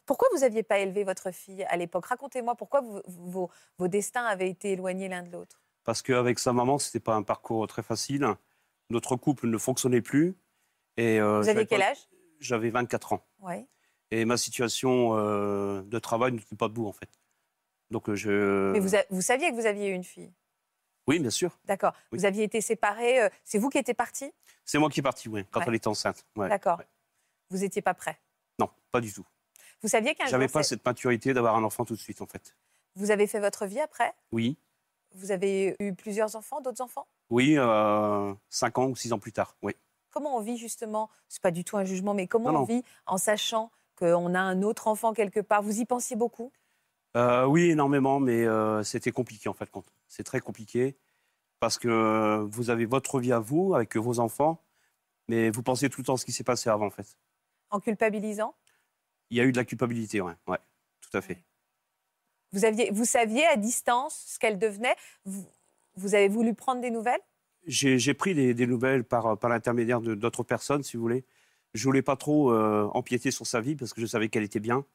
[SPEAKER 1] Pourquoi vous n'aviez pas élevé votre fille à l'époque Racontez-moi pourquoi vous- vous- vos, vos destins avaient été éloignés l'un de l'autre.
[SPEAKER 4] parce qu'avec sa maman, ce n'était pas un parcours très facile. Notre couple ne fonctionnait plus. Et, euh,
[SPEAKER 1] Vous
[SPEAKER 4] j'avais
[SPEAKER 1] aviez
[SPEAKER 4] pas-
[SPEAKER 1] quel âge
[SPEAKER 4] J'avais 24 ans.
[SPEAKER 1] Oui.
[SPEAKER 4] Et ma situation euh, de travail ne tient pas debout, en fait. Donc, euh, je...
[SPEAKER 1] Mais vous, a- vous saviez que vous aviez eu une fille.
[SPEAKER 4] Oui, bien sûr.
[SPEAKER 1] D'accord.
[SPEAKER 4] Oui.
[SPEAKER 1] Vous aviez été séparés. euh, C'est vous qui étiez parti
[SPEAKER 4] C'est moi qui est parti, oui, quand
[SPEAKER 1] Ouais.
[SPEAKER 4] elle était enceinte. ouais.
[SPEAKER 1] D'accord.
[SPEAKER 4] Ouais.
[SPEAKER 1] Vous n'étiez pas prêt.
[SPEAKER 4] Non, pas du tout.
[SPEAKER 1] Vous saviez qu'un jour,
[SPEAKER 4] J'avais pas
[SPEAKER 1] c'est-
[SPEAKER 4] cette maturité d'avoir un enfant tout de suite, en fait.
[SPEAKER 1] vous avez fait votre vie après
[SPEAKER 4] Oui,
[SPEAKER 1] Vous avez eu plusieurs enfants, d'autres enfants
[SPEAKER 4] oui, euh, cinq ans ou six ans plus tard, oui.
[SPEAKER 1] Comment on vit justement C'est pas du tout un jugement, mais comment
[SPEAKER 4] Non,
[SPEAKER 1] on
[SPEAKER 4] non.
[SPEAKER 1] vit en sachant qu'on a un autre enfant quelque part Vous y pensiez beaucoup
[SPEAKER 4] Euh, oui, énormément, mais euh, c'était compliqué en fait. compte. C'est très compliqué parce que euh, vous avez votre vie à vous avec vos enfants, mais vous pensez tout le temps à ce qui s'est passé avant en fait.
[SPEAKER 1] en culpabilisant
[SPEAKER 4] Il y a eu de la culpabilité, ouais, ouais tout à fait.
[SPEAKER 1] vous, aviez, vous saviez à distance ce qu'elle devenait vous, vous avez voulu prendre des nouvelles
[SPEAKER 4] J'ai j'ai pris des, des nouvelles par, par l'intermédiaire de- d'autres personnes, si vous voulez. Je voulais pas trop euh, empiéter sur sa vie parce que je savais qu'elle était bien.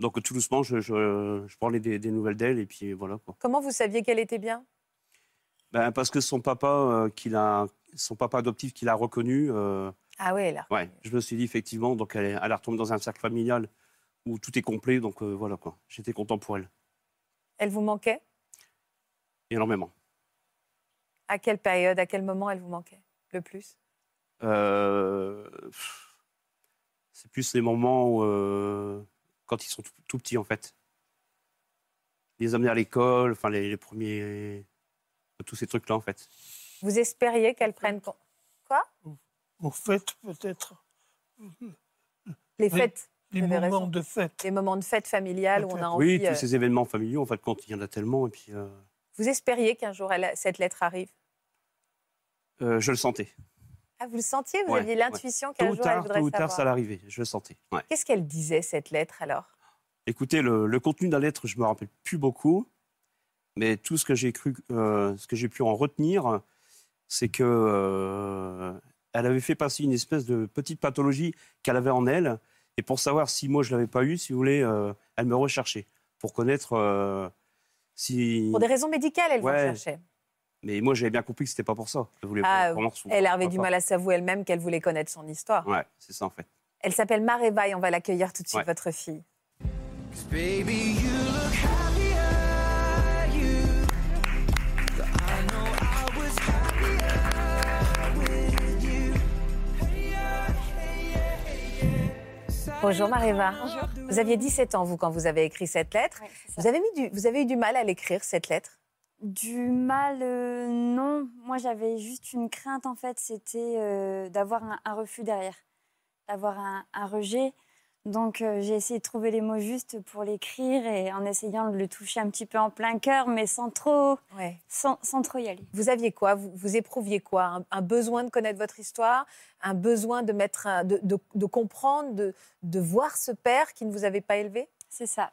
[SPEAKER 4] Donc tout doucement, je, je, je prenais des, des nouvelles d'elle et puis voilà quoi.
[SPEAKER 1] Comment vous saviez qu'elle était bien
[SPEAKER 4] Ben, parce que son papa, euh, qu'il a, son papa adoptif qu'il a reconnu. euh,
[SPEAKER 1] Ah oui, là.
[SPEAKER 4] Ouais, je me suis dit effectivement, donc elle, elle retombe dans un cercle familial où tout est complet, donc euh, voilà quoi. J'étais content pour elle,
[SPEAKER 1] Elle vous manquait
[SPEAKER 4] énormément.
[SPEAKER 1] À quelle période, à quel moment elle vous manquait le plus
[SPEAKER 4] Euh, pff, C'est plus les moments où, euh, quand ils sont tout, tout petits en fait. Les amener à l'école, enfin les, les premiers, euh, tous ces trucs là en fait.
[SPEAKER 1] Vous espériez qu'elle prenne con-
[SPEAKER 9] Au fait, peut-être, Oui.
[SPEAKER 1] les fêtes,
[SPEAKER 9] les
[SPEAKER 1] Vous avez
[SPEAKER 9] moments
[SPEAKER 1] raison.
[SPEAKER 9] de fête.
[SPEAKER 1] les moments de fête familiale où on a envie.
[SPEAKER 4] oui, tous
[SPEAKER 1] euh,
[SPEAKER 4] ces événements familiaux en fait, quand il y en a tellement et puis euh,
[SPEAKER 1] Vous espériez qu'un jour elle- cette lettre arrive
[SPEAKER 4] euh, je le sentais.
[SPEAKER 1] Ah, vous le sentiez Vous
[SPEAKER 4] Ouais,
[SPEAKER 1] aviez
[SPEAKER 4] ouais.
[SPEAKER 1] l'intuition
[SPEAKER 4] Tôt
[SPEAKER 1] qu'un
[SPEAKER 4] ou
[SPEAKER 1] jour elle
[SPEAKER 4] tard,
[SPEAKER 1] voudrait
[SPEAKER 4] tôt ou tard,
[SPEAKER 1] savoir
[SPEAKER 4] ça l'arrivait. Je le sentais. ouais.
[SPEAKER 1] Qu'est-ce qu'elle disait cette lettre alors
[SPEAKER 4] Écoutez, le, le contenu de la lettre, je me rappelle plus beaucoup. Mais tout ce que j'ai cru, euh, ce que j'ai pu en retenir, c'est que euh, elle avait fait passer une espèce de petite pathologie qu'elle avait en elle. Et pour savoir si moi je l'avais pas eu, si vous voulez, euh, elle me recherchait pour connaître euh, si.
[SPEAKER 1] Pour des raisons médicales, elle vous
[SPEAKER 4] Ouais.
[SPEAKER 1] cherchait.
[SPEAKER 4] Mais moi j'avais bien compris que c'était pas pour ça. Elle voulait
[SPEAKER 1] Ah,
[SPEAKER 4] vraiment son-
[SPEAKER 1] Elle avait du
[SPEAKER 4] papa.
[SPEAKER 1] mal à s'avouer elle-même qu'elle voulait connaître son histoire.
[SPEAKER 4] Ouais, c'est ça en fait.
[SPEAKER 1] Elle s'appelle Mareva et on va l'accueillir tout de suite,
[SPEAKER 4] Ouais.
[SPEAKER 1] votre fille. Bonjour Mareva.
[SPEAKER 10] Bonjour.
[SPEAKER 1] Vous aviez 17 ans, vous, quand vous avez écrit cette lettre. vous, avez mis du, vous avez eu du mal à l'écrire, cette lettre
[SPEAKER 5] Du mal, euh, non. Moi, j'avais juste une crainte, en fait, c'était euh, d'avoir un, un refus derrière, d'avoir un, un rejet. Donc, euh, j'ai essayé de trouver les mots justes pour l'écrire et en essayant de le toucher un petit peu en plein cœur, mais sans trop, sans, sans trop y aller.
[SPEAKER 1] Vous aviez quoi vous, vous éprouviez quoi un, un besoin de connaître votre histoire Un besoin de, mettre, un- de, de- de comprendre, de, de voir ce père qui ne vous avait pas élevé
[SPEAKER 5] C'est ça.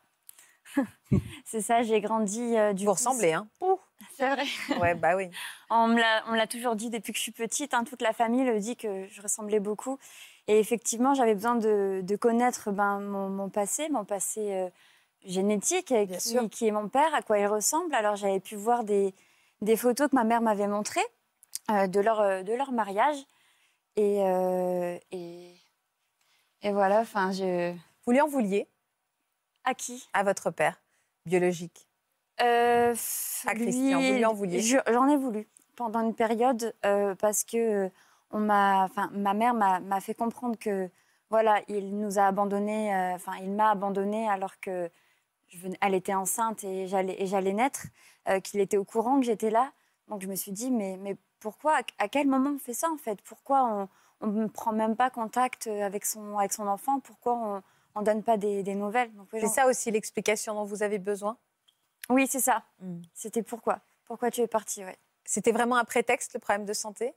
[SPEAKER 5] C'est ça, j'ai grandi euh, du
[SPEAKER 1] Vous
[SPEAKER 5] coup,
[SPEAKER 1] ressemblez, hein
[SPEAKER 5] C'est vrai.
[SPEAKER 1] Ouais, bah oui.
[SPEAKER 5] On me l'a on me l'a toujours dit depuis que je suis petite, hein, toute la famille le dit que je ressemblais beaucoup. Et effectivement, j'avais besoin de, de connaître ben, mon, mon passé, mon passé euh, génétique, et
[SPEAKER 1] sûr.
[SPEAKER 5] qui, qui est mon père, à quoi il ressemble. Alors j'avais pu voir des, des photos que ma mère m'avait montrées euh, de, leur, euh, de leur mariage. Et, euh, et, et voilà, enfin, je...
[SPEAKER 1] Vous lui en vouliez
[SPEAKER 5] À qui
[SPEAKER 1] À votre père, biologique.
[SPEAKER 5] Euh, pff,
[SPEAKER 1] À Christian, vous lui en vouliez
[SPEAKER 5] je- euh, J'en ai voulu pendant une période euh, parce que euh, on m'a, enfin, ma mère m'a m'a fait comprendre que voilà, il nous a abandonnés, euh, enfin, il m'a abandonnée alors que je venais- elle était enceinte et j'allais et j'allais naître, euh, qu'il était au courant que j'étais là. Donc je me suis dit mais mais pourquoi à, à quel moment on fait ça en fait Pourquoi on on ne prend même pas contact avec son avec son enfant Pourquoi on on donne pas des, des nouvelles Donc, oui,
[SPEAKER 1] C'est
[SPEAKER 5] j'en-
[SPEAKER 1] ça aussi l'explication dont vous avez besoin
[SPEAKER 5] Oui, c'est ça.
[SPEAKER 1] Mm.
[SPEAKER 5] C'était pourquoi Pourquoi tu es partie ouais.
[SPEAKER 1] C'était vraiment un prétexte, le problème de santé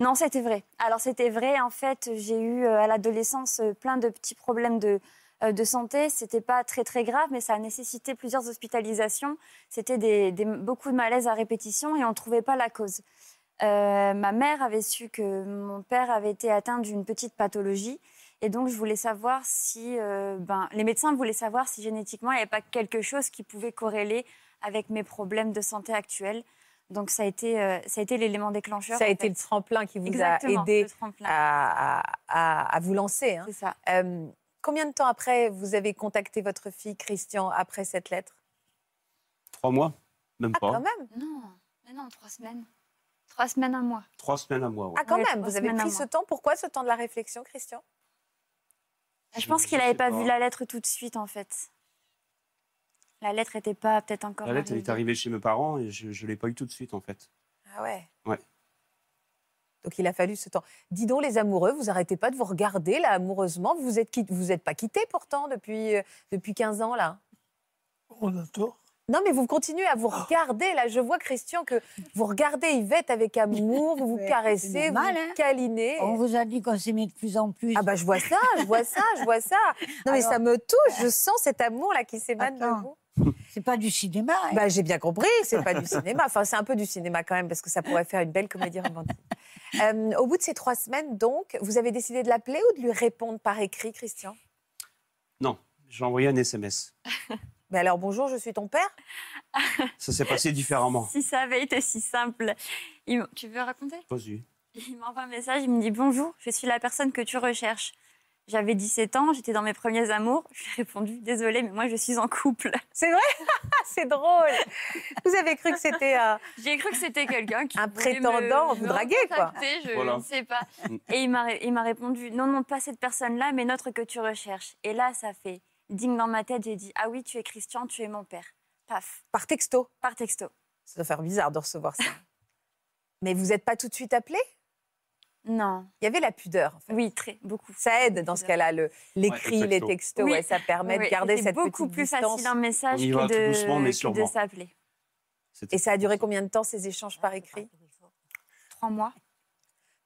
[SPEAKER 5] Non, c'était vrai. Alors c'était vrai. En fait, j'ai eu euh, à l'adolescence euh, plein de petits problèmes de euh, de santé. C'était pas très très grave, mais ça a nécessité plusieurs hospitalisations. C'était des, des- beaucoup de malaises à répétition et on trouvait pas la cause. Euh, ma mère avait su que mon père avait été atteint d'une petite pathologie et donc je voulais savoir si euh, ben, les médecins voulaient savoir si génétiquement il n'y avait pas quelque chose qui pouvait corréler avec mes problèmes de santé actuels. Donc ça a été euh, ça a été l'élément déclencheur.
[SPEAKER 1] Ça a
[SPEAKER 5] en
[SPEAKER 1] été
[SPEAKER 5] fait.
[SPEAKER 1] le tremplin qui vous
[SPEAKER 5] Exactement,
[SPEAKER 1] a aidé
[SPEAKER 5] le tremplin.
[SPEAKER 1] à, à- à- à vous lancer. hein.
[SPEAKER 5] C'est ça.
[SPEAKER 1] Euh, combien de temps après vous avez contacté votre fille, Christian, après cette lettre
[SPEAKER 4] Trois mois, même
[SPEAKER 1] Ah,
[SPEAKER 4] pas.
[SPEAKER 1] quand même
[SPEAKER 5] Non, mais non, trois semaines. Trois semaines, un mois.
[SPEAKER 4] Trois semaines à moi. ouais.
[SPEAKER 1] Ah, quand
[SPEAKER 5] Ouais,
[SPEAKER 1] même
[SPEAKER 5] trois
[SPEAKER 1] Vous avez
[SPEAKER 5] semaines,
[SPEAKER 1] pris
[SPEAKER 5] un
[SPEAKER 1] ce
[SPEAKER 5] mois.
[SPEAKER 1] temps. Pourquoi ce temps de la réflexion, Christian
[SPEAKER 5] Bah, Je pense
[SPEAKER 4] Je
[SPEAKER 5] qu'il n'avait
[SPEAKER 4] sais
[SPEAKER 5] pas,
[SPEAKER 4] pas.
[SPEAKER 5] vu la lettre tout de suite, en fait. La lettre n'était pas peut-être encore.
[SPEAKER 4] La lettre elle
[SPEAKER 5] arrivée.
[SPEAKER 4] est arrivée chez mes parents et je ne l'ai pas eu tout de suite en fait.
[SPEAKER 1] Ah ouais
[SPEAKER 4] Ouais.
[SPEAKER 1] Donc il a fallu ce temps. Dis donc, les amoureux, vous arrêtez pas de vous regarder là amoureusement. Vous vous êtes quitt- vous êtes pas quittés pourtant depuis euh, depuis 15 ans là.
[SPEAKER 9] On a tort. Ah.
[SPEAKER 1] Non, mais vous continuez à vous regarder. Là, je vois, Christian, que vous regardez Yvette avec amour, vous vous
[SPEAKER 2] Ouais,
[SPEAKER 1] caressez,
[SPEAKER 2] c'est normal,
[SPEAKER 1] vous vous
[SPEAKER 2] hein.
[SPEAKER 1] câlinez.
[SPEAKER 2] On vous a dit qu'on s'aimait de plus en plus.
[SPEAKER 1] Ah bah, je vois ça, je vois ça, je vois ça. Non, mais
[SPEAKER 2] Alors-
[SPEAKER 1] ça me touche. Je sens cet amour-là qui s'émane de
[SPEAKER 2] Attends.
[SPEAKER 1] vous.
[SPEAKER 2] C'est pas du cinéma. hein.
[SPEAKER 1] Bah, j'ai bien compris que c'est pas du cinéma. Enfin, c'est un peu du cinéma quand même, parce que ça pourrait faire une belle comédie romantique. Euh, au bout de ces trois semaines, donc, vous avez décidé de l'appeler ou de lui répondre par écrit, Christian
[SPEAKER 4] Non, j'ai envoyé un SMS.
[SPEAKER 1] Mais alors, bonjour, je suis ton père
[SPEAKER 4] Ça s'est passé différemment.
[SPEAKER 5] Si ça avait été si simple. Il m- Tu veux raconter
[SPEAKER 4] Vas-y.
[SPEAKER 5] Il m'envoie un message, il me dit Bonjour, je suis la personne que tu recherches. J'avais 17 ans, j'étais dans mes premiers amours. Je lui ai répondu Désolée, mais moi je suis en couple.
[SPEAKER 1] C'est vrai Ah, C'est drôle. Vous avez cru que c'était un...
[SPEAKER 5] J'ai cru que c'était quelqu'un qui
[SPEAKER 1] Un
[SPEAKER 5] voulait me-
[SPEAKER 1] prétendant, vous
[SPEAKER 5] me
[SPEAKER 1] draguer, quoi.
[SPEAKER 5] recontacter, Je
[SPEAKER 4] Voilà.
[SPEAKER 5] ne sais pas. Et il m'a ré- il m'a répondu non non pas cette personne là mais notre que tu recherches. Et là ça fait digne dans ma tête j'ai dit ah oui tu es Christian tu es mon père. Paf
[SPEAKER 1] par texto.
[SPEAKER 5] par texto.
[SPEAKER 1] Ça doit faire bizarre de recevoir ça. Mais vous n'êtes pas tout de suite appelé
[SPEAKER 5] Non
[SPEAKER 1] Il y avait la pudeur. en fait.
[SPEAKER 5] oui très beaucoup.
[SPEAKER 1] Ça aide dans ce cas-là, le- l'écrit,
[SPEAKER 4] Ouais, les
[SPEAKER 1] les
[SPEAKER 4] textos.
[SPEAKER 1] textos.
[SPEAKER 5] Oui.
[SPEAKER 1] ouais, ça permet
[SPEAKER 5] Oui,
[SPEAKER 1] de garder
[SPEAKER 5] c'était
[SPEAKER 1] cette
[SPEAKER 5] beaucoup
[SPEAKER 1] petite
[SPEAKER 5] plus
[SPEAKER 1] distance.
[SPEAKER 5] facile un message
[SPEAKER 4] On y
[SPEAKER 5] que
[SPEAKER 4] va tout
[SPEAKER 5] de,
[SPEAKER 4] doucement, mais
[SPEAKER 5] que de
[SPEAKER 4] sûrement.
[SPEAKER 5] s'appeler.
[SPEAKER 4] C'était-
[SPEAKER 1] Et ça a duré combien de temps ces échanges par écrit
[SPEAKER 5] Trois mois.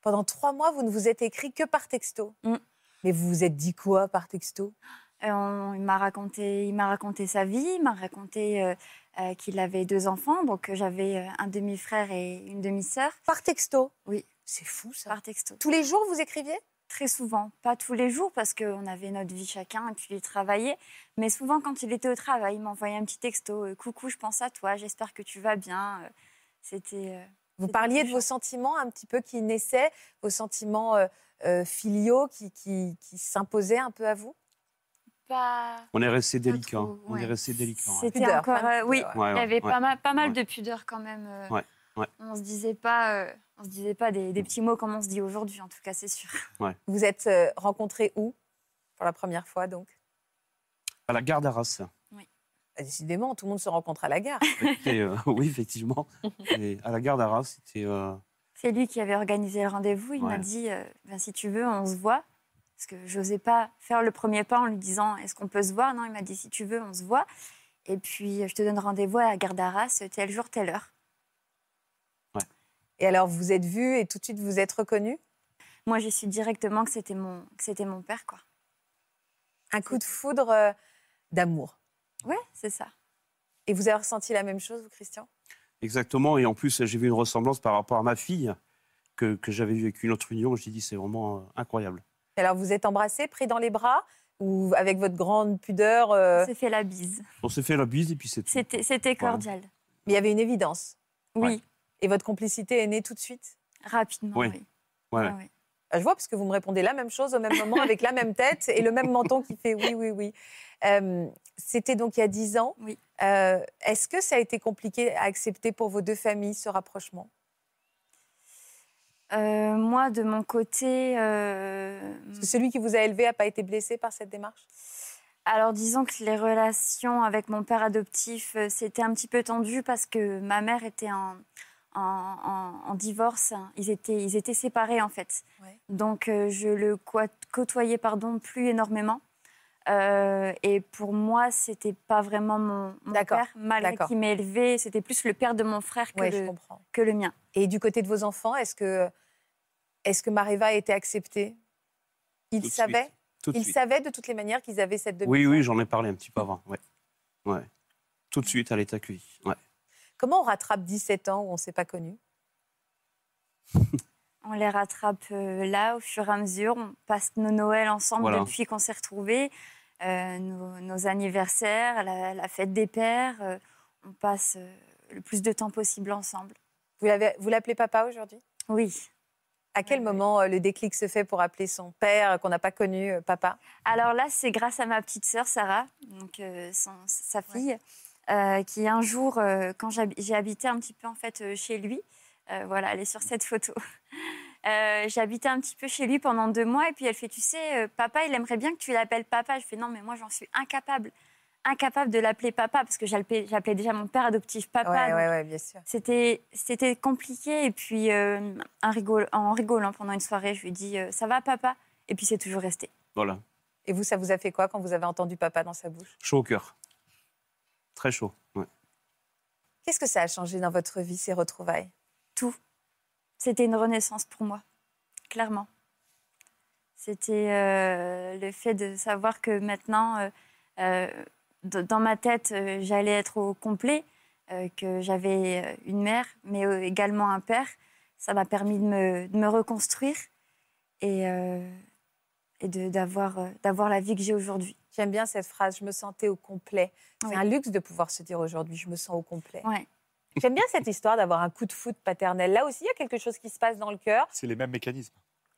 [SPEAKER 1] Pendant trois mois, vous ne vous êtes écrit que par texto.
[SPEAKER 5] Mm.
[SPEAKER 1] Mais vous vous êtes dit quoi par texto
[SPEAKER 5] Euh, on- il m'a raconté, il m'a raconté sa vie, il m'a raconté euh, euh, qu'il avait deux enfants, donc euh, j'avais euh, un demi-frère et une demi-sœur
[SPEAKER 1] Par texto
[SPEAKER 5] Oui.
[SPEAKER 1] C'est fou ça.
[SPEAKER 5] par texto.
[SPEAKER 1] Tous les jours, vous écriviez
[SPEAKER 5] Très souvent, pas tous les jours parce qu'on avait notre vie chacun et puis il travaillait, mais souvent quand il était au travail, il m'envoyait un petit texto euh, Coucou, je pense à toi, j'espère que tu vas bien. Euh, C'était. euh,
[SPEAKER 1] Vous
[SPEAKER 5] C'était
[SPEAKER 1] parliez de
[SPEAKER 5] touchant.
[SPEAKER 1] vos sentiments un petit peu qui naissaient, vos sentiments euh, euh, filiaux qui, qui, qui s'imposaient un peu à vous
[SPEAKER 10] Pas,
[SPEAKER 4] On est resté
[SPEAKER 10] Pas
[SPEAKER 4] délicat.
[SPEAKER 10] trop,
[SPEAKER 4] On est
[SPEAKER 10] ouais.
[SPEAKER 4] resté délicat. ouais.
[SPEAKER 5] C'était
[SPEAKER 1] Pudeur,
[SPEAKER 5] encore.
[SPEAKER 1] pas
[SPEAKER 5] euh, oui,
[SPEAKER 1] pudeur,
[SPEAKER 4] Ouais,
[SPEAKER 10] il y
[SPEAKER 4] ouais,
[SPEAKER 10] avait
[SPEAKER 4] ouais.
[SPEAKER 10] pas mal, pas mal
[SPEAKER 4] ouais.
[SPEAKER 10] de pudeur quand même. euh,
[SPEAKER 4] Ouais, ouais.
[SPEAKER 5] On se disait pas, euh, on se disait pas des, des petits mots comme on se dit aujourd'hui, en tout cas, c'est sûr.
[SPEAKER 1] Vous êtes euh, rencontrés où Pour la première fois donc
[SPEAKER 4] À la gare d'Arras.
[SPEAKER 1] Bah, Décidément, tout le monde se rencontre à la gare.
[SPEAKER 4] Écoutez, euh, oui, effectivement. Et à la gare d'Arras, c'était. euh,
[SPEAKER 5] C'est lui qui avait organisé le rendez-vous. Il m'a
[SPEAKER 4] Ouais.
[SPEAKER 5] dit, euh, ben, si tu veux, on se voit. Parce que j'osais pas faire le premier pas en lui disant, est-ce qu'on peut se voir Non, il m'a dit, si tu veux, on se voit. Et puis, euh, je te donne rendez-vous à la gare d'Arras, tel jour, telle heure.
[SPEAKER 1] Et alors, vous vous êtes vus et tout de suite, vous vous êtes reconnus
[SPEAKER 5] Moi, j'ai su directement que c'était mon, que c'était mon père, quoi.
[SPEAKER 1] Un coup de foudre euh, d'amour.
[SPEAKER 5] Ouais, c'est ça.
[SPEAKER 1] Et vous avez ressenti la même chose, vous, Christian
[SPEAKER 4] Exactement. Et en plus, j'ai vu une ressemblance par rapport à ma fille que, que j'avais vue avec une autre union. J'ai dit, c'est vraiment euh, incroyable.
[SPEAKER 1] Et Alors, vous êtes embrassés, pris dans les bras ou avec votre grande pudeur euh,
[SPEAKER 5] On s'est fait la bise.
[SPEAKER 4] On s'est fait la bise et puis c'est tout.
[SPEAKER 5] C'était, c'était cordial.
[SPEAKER 1] mais Il y avait une évidence.
[SPEAKER 5] Oui,
[SPEAKER 4] Ouais.
[SPEAKER 1] Et votre complicité est née tout de suite
[SPEAKER 5] rapidement.
[SPEAKER 4] Oui.
[SPEAKER 5] Oui.
[SPEAKER 4] Ouais.
[SPEAKER 5] Ah oui.
[SPEAKER 1] Ah, Je vois, parce que vous me répondez la même chose au même moment, avec la même tête et le même menton qui fait oui, oui, oui. Euh, C'était donc il y a dix ans.
[SPEAKER 5] Oui.
[SPEAKER 1] Euh, Est-ce que ça a été compliqué à accepter pour vos deux familles, ce rapprochement
[SPEAKER 5] Euh, moi, de mon côté, euh,
[SPEAKER 1] Parce que celui qui vous a élevé n'a pas été blessé par cette démarche
[SPEAKER 5] Alors disons que les relations avec mon père adoptif, euh, c'était un petit peu tendu parce que ma mère était en, en, en- en divorce. Ils étaient, ils étaient séparés en fait.
[SPEAKER 1] Ouais.
[SPEAKER 5] Donc euh, je le coi- côtoyais pardon, plus énormément. Euh, et pour moi, c'était pas vraiment mon, mon
[SPEAKER 1] D'accord,
[SPEAKER 5] père, malgré
[SPEAKER 1] d'accord.
[SPEAKER 5] qu'il m'ait élevée. C'était plus le père de mon frère que,
[SPEAKER 1] Oui, je
[SPEAKER 5] le,
[SPEAKER 1] comprends.
[SPEAKER 5] que le mien.
[SPEAKER 1] Et du côté de vos enfants, est-ce que, est que Mariva a été acceptée
[SPEAKER 4] Tout
[SPEAKER 1] Ils
[SPEAKER 4] de
[SPEAKER 1] savaient
[SPEAKER 4] suite. Tout de
[SPEAKER 1] Ils
[SPEAKER 4] suite.
[SPEAKER 1] savaient de toutes les manières qu'ils avaient cette demi
[SPEAKER 4] Oui, oui, j'en ai parlé un petit peu avant. Ouais. Ouais. Tout de suite, elle est accueillie. Ouais.
[SPEAKER 1] Comment on rattrape 17 ans où on ne s'est pas connu
[SPEAKER 5] On les rattrape euh, là, au fur et à mesure. On passe nos Noëls ensemble
[SPEAKER 4] Voilà.
[SPEAKER 5] depuis qu'on s'est retrouvés, euh, nos, nos anniversaires, la, la fête des pères. euh, on passe euh, le plus de temps possible ensemble.
[SPEAKER 1] Vous l'avez- vous l'appelez papa aujourd'hui
[SPEAKER 5] Oui.
[SPEAKER 1] À quel
[SPEAKER 5] Ouais, ouais.
[SPEAKER 1] moment euh, le déclic se fait pour appeler son père euh, qu'on n'a pas connu, euh, papa
[SPEAKER 5] Alors là, c'est grâce à ma petite sœur Sarah, donc euh, son- sa fille, euh, qui un jour, euh, quand j'hab- j'ai habité un petit peu en fait euh, chez lui, euh, voilà, elle est sur cette photo. Euh, j'ai habité un petit peu chez lui pendant deux mois et puis elle fait, tu sais, euh, papa, il aimerait bien que tu l'appelles papa. Je fais non, mais moi j'en suis incapable, incapable de l'appeler papa parce que j'appelais j'appelais déjà mon père adoptif papa.
[SPEAKER 1] Ouais,
[SPEAKER 5] donc
[SPEAKER 1] ouais, ouais, bien sûr.
[SPEAKER 5] c'était, c'était compliqué. Et puis, euh, un rigol- en rigolant pendant une soirée, je lui dis euh, Ça va, papa Et puis, c'est toujours resté.
[SPEAKER 4] Voilà.
[SPEAKER 1] Et vous, ça vous a fait quoi quand vous avez entendu papa dans sa bouche
[SPEAKER 4] Chaud au cœur. Très chaud. Ouais.
[SPEAKER 1] Qu'est-ce que ça a changé dans votre vie, ces retrouvailles
[SPEAKER 5] C'était une renaissance pour moi, clairement. C'était euh, le fait de savoir que maintenant, euh, euh, d- dans ma tête, euh, j'allais être au complet, euh, que j'avais euh, une mère, mais euh, également un père. Ça m'a permis de me, de me reconstruire et, euh, et de- d'avoir euh, d'avoir la vie que j'ai aujourd'hui.
[SPEAKER 1] J'aime bien cette phrase, je me sentais au complet. C'est
[SPEAKER 5] Oui.
[SPEAKER 1] un luxe de pouvoir se dire aujourd'hui, je me sens au complet.
[SPEAKER 5] Ouais.
[SPEAKER 1] J'aime bien cette histoire d'avoir un coup de foot paternel. Là aussi, il y a quelque chose qui se passe dans le cœur.
[SPEAKER 8] C'est les mêmes mécanismes.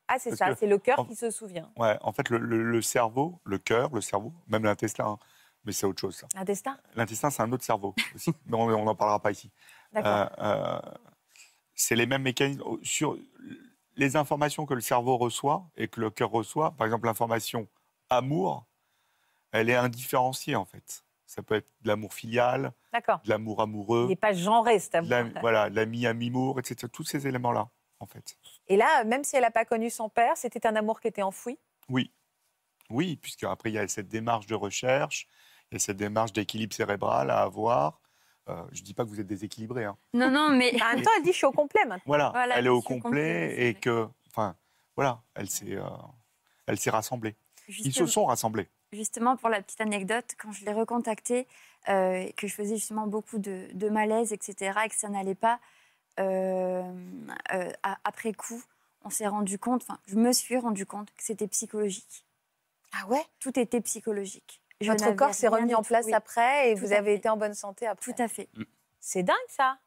[SPEAKER 1] Ah, c'est
[SPEAKER 8] Parce
[SPEAKER 1] ça,
[SPEAKER 8] que-
[SPEAKER 1] c'est le
[SPEAKER 8] en-
[SPEAKER 1] cœur qui se souvient.
[SPEAKER 8] Ouais, en fait, le, le- le cerveau, le cœur, le cerveau, même l'intestin, hein, mais c'est autre chose. ça.
[SPEAKER 1] L'intestin
[SPEAKER 8] L'intestin, c'est un autre cerveau aussi, mais on on n'en parlera pas ici.
[SPEAKER 1] D'accord.
[SPEAKER 8] Euh, euh, c'est les mêmes mécanismes. Sur les informations que le cerveau reçoit et que le cœur reçoit, par exemple l'information amour, elle est indifférenciée en fait. Ça peut être de l'amour filial,
[SPEAKER 1] D'accord.
[SPEAKER 8] de l'amour
[SPEAKER 1] Il
[SPEAKER 8] amoureux,
[SPEAKER 1] n'est pas genré, cet
[SPEAKER 8] de
[SPEAKER 1] amour.
[SPEAKER 8] la, voilà, de l'ami à mi-mour, etc. Tous ces éléments-là, en fait.
[SPEAKER 1] Et là, même si elle n'a pas connu son père, c'était un amour qui était enfoui.
[SPEAKER 8] Oui, puisque après il y a cette démarche de recherche, il y a cette démarche d'équilibre cérébral à avoir. Euh, je ne dis pas que vous êtes déséquilibré. hein.
[SPEAKER 5] Non, non, mais
[SPEAKER 3] Bah,
[SPEAKER 1] En même temps, elle dit, je suis au complet maintenant.
[SPEAKER 8] Voilà,
[SPEAKER 5] Voilà,
[SPEAKER 8] elle est au
[SPEAKER 5] je suis au
[SPEAKER 8] complet,
[SPEAKER 5] complet, c'est
[SPEAKER 8] et
[SPEAKER 5] vrai.
[SPEAKER 8] que, enfin, voilà, elle s'est, euh, elle s'est rassemblée. Ils se
[SPEAKER 5] justement,
[SPEAKER 8] sont rassemblés.
[SPEAKER 5] justement, pour la petite anecdote, quand je l'ai recontacté, euh, que je faisais justement beaucoup de, de malaise, etc., et que ça n'allait pas, euh, euh, a- après coup, on s'est rendu compte, enfin, je me suis rendu compte que c'était psychologique.
[SPEAKER 1] Ah ouais
[SPEAKER 5] Tout était psychologique. Je
[SPEAKER 1] Votre
[SPEAKER 5] n'avais
[SPEAKER 1] corps s'est
[SPEAKER 5] rien
[SPEAKER 1] remis
[SPEAKER 5] du
[SPEAKER 1] en
[SPEAKER 5] tout-
[SPEAKER 1] place
[SPEAKER 5] oui,
[SPEAKER 1] après et
[SPEAKER 5] Tout
[SPEAKER 1] vous
[SPEAKER 5] à
[SPEAKER 1] avez
[SPEAKER 5] fait.
[SPEAKER 1] été en bonne santé après.
[SPEAKER 5] Tout à fait.
[SPEAKER 8] Mm.
[SPEAKER 1] C'est dingue ça.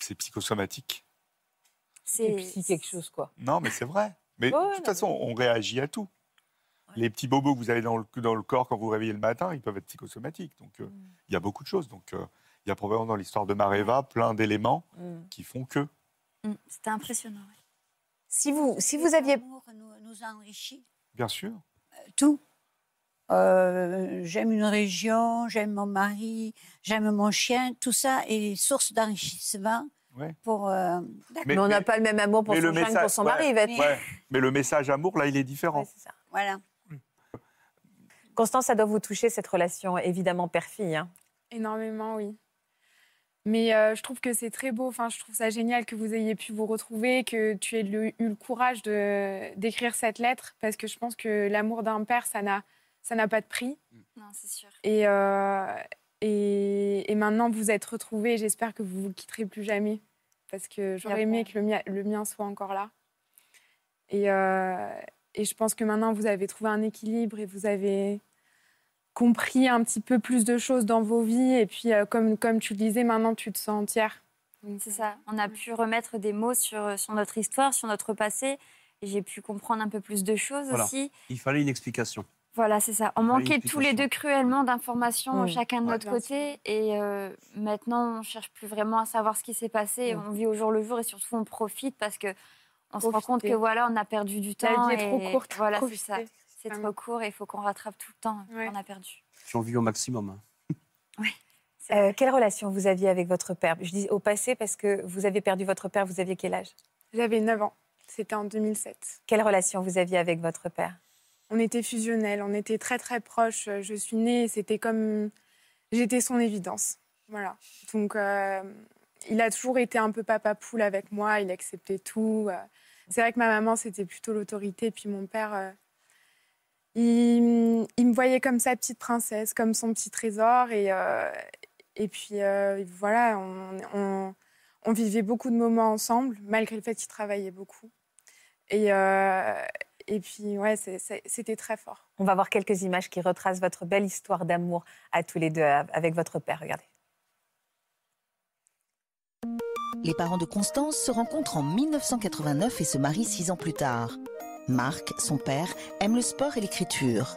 [SPEAKER 8] C'est psychosomatique.
[SPEAKER 1] C'est
[SPEAKER 5] C'est
[SPEAKER 1] psy quelque chose quoi.
[SPEAKER 8] Non, mais c'est vrai. Mais
[SPEAKER 1] Ouais,
[SPEAKER 8] de
[SPEAKER 1] ouais,
[SPEAKER 8] toute
[SPEAKER 1] non,
[SPEAKER 8] façon, on réagit à tout. Les petits bobos que vous avez dans le, dans le corps quand vous vous réveillez le matin, ils peuvent être psychosomatiques. Donc, euh, il
[SPEAKER 1] Mm.
[SPEAKER 8] y a beaucoup de choses. Donc, euh, il y a probablement dans l'histoire de Mareva plein d'éléments
[SPEAKER 1] Mm.
[SPEAKER 8] qui font que.
[SPEAKER 5] Mm, c'était impressionnant. ouais.
[SPEAKER 1] Si vous, si vous aviez
[SPEAKER 2] L'amour nous, nous enrichit.
[SPEAKER 8] Bien sûr.
[SPEAKER 2] tout. Euh, j'aime une région, j'aime mon mari, j'aime mon chien, tout ça est source d'enrichissement
[SPEAKER 8] Ouais.
[SPEAKER 2] pour. euh,
[SPEAKER 1] Mais, on n'a pas le même amour pour
[SPEAKER 8] mais
[SPEAKER 1] son
[SPEAKER 8] le
[SPEAKER 1] chien que
[SPEAKER 8] message-
[SPEAKER 1] pour son
[SPEAKER 8] ouais,
[SPEAKER 1] mari, il va être.
[SPEAKER 8] ouais. Mais le message amour, là, il est différent.
[SPEAKER 1] Ouais, c'est ça.
[SPEAKER 2] voilà.
[SPEAKER 1] Constance, ça doit vous toucher cette relation, évidemment père-fille. hein.
[SPEAKER 6] Énormément, oui. Mais euh, je trouve que c'est très beau. Enfin, je trouve ça génial que vous ayez pu vous retrouver, que tu aies le- eu le courage de d'écrire cette lettre, parce que je pense que l'amour d'un père, ça n'a ça n'a pas de prix.
[SPEAKER 5] Non, c'est sûr.
[SPEAKER 6] Et, euh, et, et maintenant, vous êtes retrouvés. J'espère que vous vous quitterez plus jamais, parce que j'aurais aimé que le mien, le mien soit encore là. Et, euh, et je pense que maintenant, vous avez trouvé un équilibre et vous avez compris un petit peu plus de choses dans vos vies. Et puis, euh, comme, comme tu le disais, maintenant, tu te sens entière. Donc,
[SPEAKER 5] C'est ça. On a pu remettre des mots sur, sur notre histoire, sur notre passé. Et J'ai pu comprendre un peu plus de choses
[SPEAKER 4] Voilà.
[SPEAKER 5] aussi.
[SPEAKER 4] Il fallait une explication.
[SPEAKER 5] Voilà, c'est ça. On
[SPEAKER 4] Fallait une
[SPEAKER 5] manquait tous les deux cruellement d'informations,
[SPEAKER 1] Mm.
[SPEAKER 5] chacun de
[SPEAKER 4] Ouais.
[SPEAKER 5] notre
[SPEAKER 6] Bien
[SPEAKER 5] côté. Et euh, maintenant, on cherche plus vraiment à savoir ce qui s'est passé.
[SPEAKER 1] Mm.
[SPEAKER 5] On vit au jour le jour et surtout, on profite parce que on se rend
[SPEAKER 6] Profiter.
[SPEAKER 5] compte que voilà, on a perdu du
[SPEAKER 6] La
[SPEAKER 5] temps.
[SPEAKER 6] vie est trop
[SPEAKER 5] et
[SPEAKER 6] courte.
[SPEAKER 5] Voilà, c'est
[SPEAKER 6] profitez.
[SPEAKER 5] ça. C'est trop
[SPEAKER 6] Vraiment.
[SPEAKER 5] court et il faut qu'on rattrape tout le temps
[SPEAKER 6] Ouais.
[SPEAKER 5] qu'on a perdu.
[SPEAKER 4] J'en vis au maximum. hein.
[SPEAKER 5] C'est
[SPEAKER 1] Euh, quelle relation vous aviez avec votre père Je dis au passé parce que vous avez perdu votre père, vous aviez quel âge
[SPEAKER 6] J'avais 9 ans. C'était en 2007.
[SPEAKER 1] Quelle relation vous aviez avec votre père
[SPEAKER 6] On était fusionnels, on était très très proches. euh, Je suis née, et c'était comme. J'étais son évidence. Voilà. Donc, euh, il a toujours été un peu papa poule avec moi, il acceptait tout. euh. C'est vrai que ma maman, c'était plutôt l'autorité, puis mon père, euh, il, il me voyait comme sa petite princesse, comme son petit trésor. Et, euh, et puis, euh, voilà, on, on- on vivait beaucoup de moments ensemble, malgré le fait qu'il travaillait beaucoup. Et, euh, et puis, ouais, c'est- c'est- c'était très fort.
[SPEAKER 1] On va voir quelques images qui retracent votre belle histoire d'amour à tous les deux à- avec votre père. Regardez.
[SPEAKER 7] Les parents de Constance se rencontrent en 1989 et se marient six ans plus tard. Marc, son père, aime le sport et l'écriture.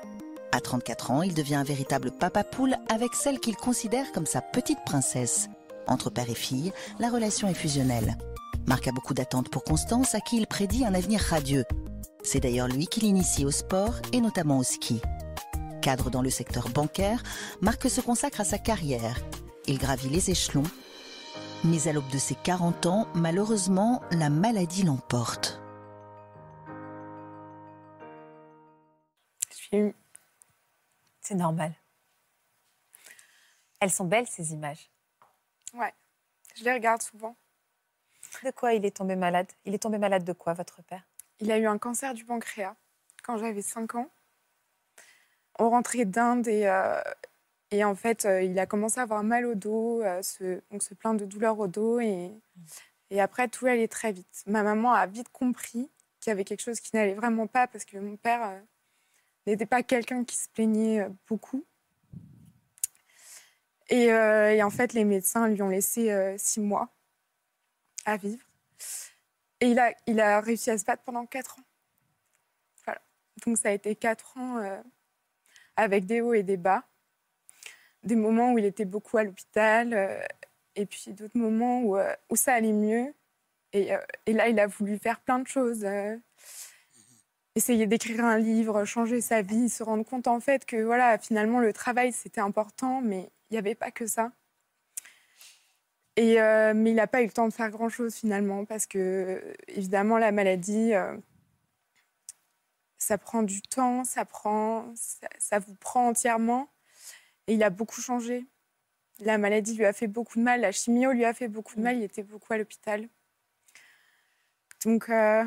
[SPEAKER 7] À 34 ans, il devient un véritable papa poule avec celle qu'il considère comme sa petite princesse. Entre père et fille, la relation est fusionnelle. Marc a beaucoup d'attentes pour Constance, à qui il prédit un avenir radieux. C'est d'ailleurs lui qui l'initie au sport et notamment au ski. Cadre dans le secteur bancaire, Marc se consacre à sa carrière. Il gravit les échelons mais à l'aube de ses 40 ans, malheureusement, la maladie l'emporte.
[SPEAKER 6] Je suis-
[SPEAKER 1] C'est normal. Elles sont belles ces images.
[SPEAKER 6] je les regarde souvent.
[SPEAKER 1] De quoi il est tombé malade Il est tombé malade de quoi votre père
[SPEAKER 6] Il a eu un cancer du pancréas quand j'avais 5 ans. On rentrait d'Inde et, euh, et en fait, euh, il a commencé à avoir mal au dos, euh, se, on se plaint de douleurs au dos. Et, et après, tout allait très vite. Ma maman a vite compris qu'il y avait quelque chose qui n'allait vraiment pas parce que mon père euh, n'était pas quelqu'un qui se plaignait euh, beaucoup. Et, euh, et en fait, les médecins lui ont laissé euh, six mois à vivre. Et il a, il a réussi à se battre pendant quatre ans. Voilà. Donc ça a été quatre ans euh, avec des hauts et des bas. Des moments où il était beaucoup à l'hôpital euh, et puis d'autres moments où, euh, où ça allait mieux. Et, euh, et là, il a voulu faire plein de choses. euh, essayer d'écrire un livre, changer sa vie, se rendre compte en fait que voilà, finalement, le travail, c'était important, mais il n'y avait pas que ça. Et, euh, mais il n'a pas eu le temps de faire grand-chose finalement, parce que, euh, évidemment, la maladie, euh, ça prend du temps, ça, prend, ça, ça vous prend entièrement. Et il a beaucoup changé. La maladie lui a fait beaucoup de mal, la chimio lui a fait beaucoup de mal, il était beaucoup à l'hôpital. Donc, euh,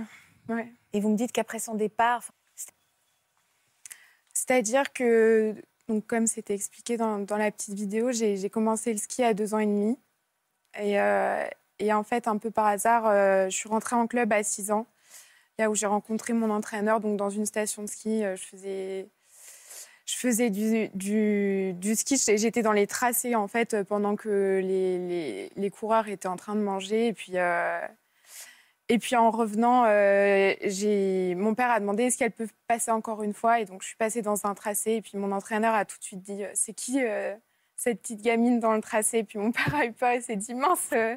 [SPEAKER 6] ouais.
[SPEAKER 1] Et vous me dites qu'après son départ,
[SPEAKER 6] C'est C'est-à-dire que, donc, comme c'était expliqué dans, dans la petite vidéo, j'ai j'ai commencé le ski à deux ans et demi. Et, euh, et en fait, un peu par hasard, euh, je suis rentrée en club à 6 ans, là où j'ai rencontré mon entraîneur, donc dans une station de ski. euh, Je faisais, je faisais du, du, du ski, J'étais- j'étais dans les tracés en fait euh, pendant que les, les- les coureurs étaient en train de manger. Et puis, euh, et puis en revenant, euh, j'ai- mon père a demandé est-ce qu'elle peut passer encore une fois. Et donc je suis passée dans un tracé. Et puis mon entraîneur a tout de suite dit euh, c'est qui euh, cette petite gamine dans le tracé. Puis mon père a eu peur et s'est dit mince, euh,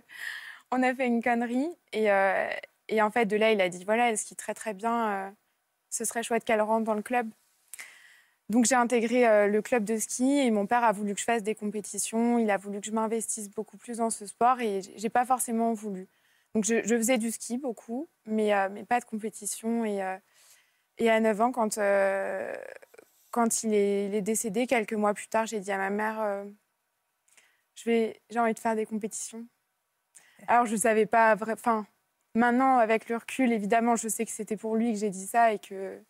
[SPEAKER 6] on a fait une connerie. Et, euh, et en fait, de là, il a dit voilà, elle skie très très bien, euh, ce serait chouette qu'elle rentre dans le club. Donc j'ai intégré euh, le club de ski et mon père a voulu que je fasse des compétitions, il a voulu que je m'investisse beaucoup plus dans ce sport et j'ai- j'ai pas forcément voulu. Donc je, je faisais du ski beaucoup, mais, euh, mais pas de compétition. Et, euh, et à 9 ans, quand, euh, quand il est, il est décédé, quelques mois plus tard, j'ai dit à ma mère, euh, je vais, j'ai envie de faire des compétitions. Alors, je ne savais pas. vra- Enfin, maintenant, avec le recul, évidemment, je sais que c'était pour lui que j'ai dit ça et que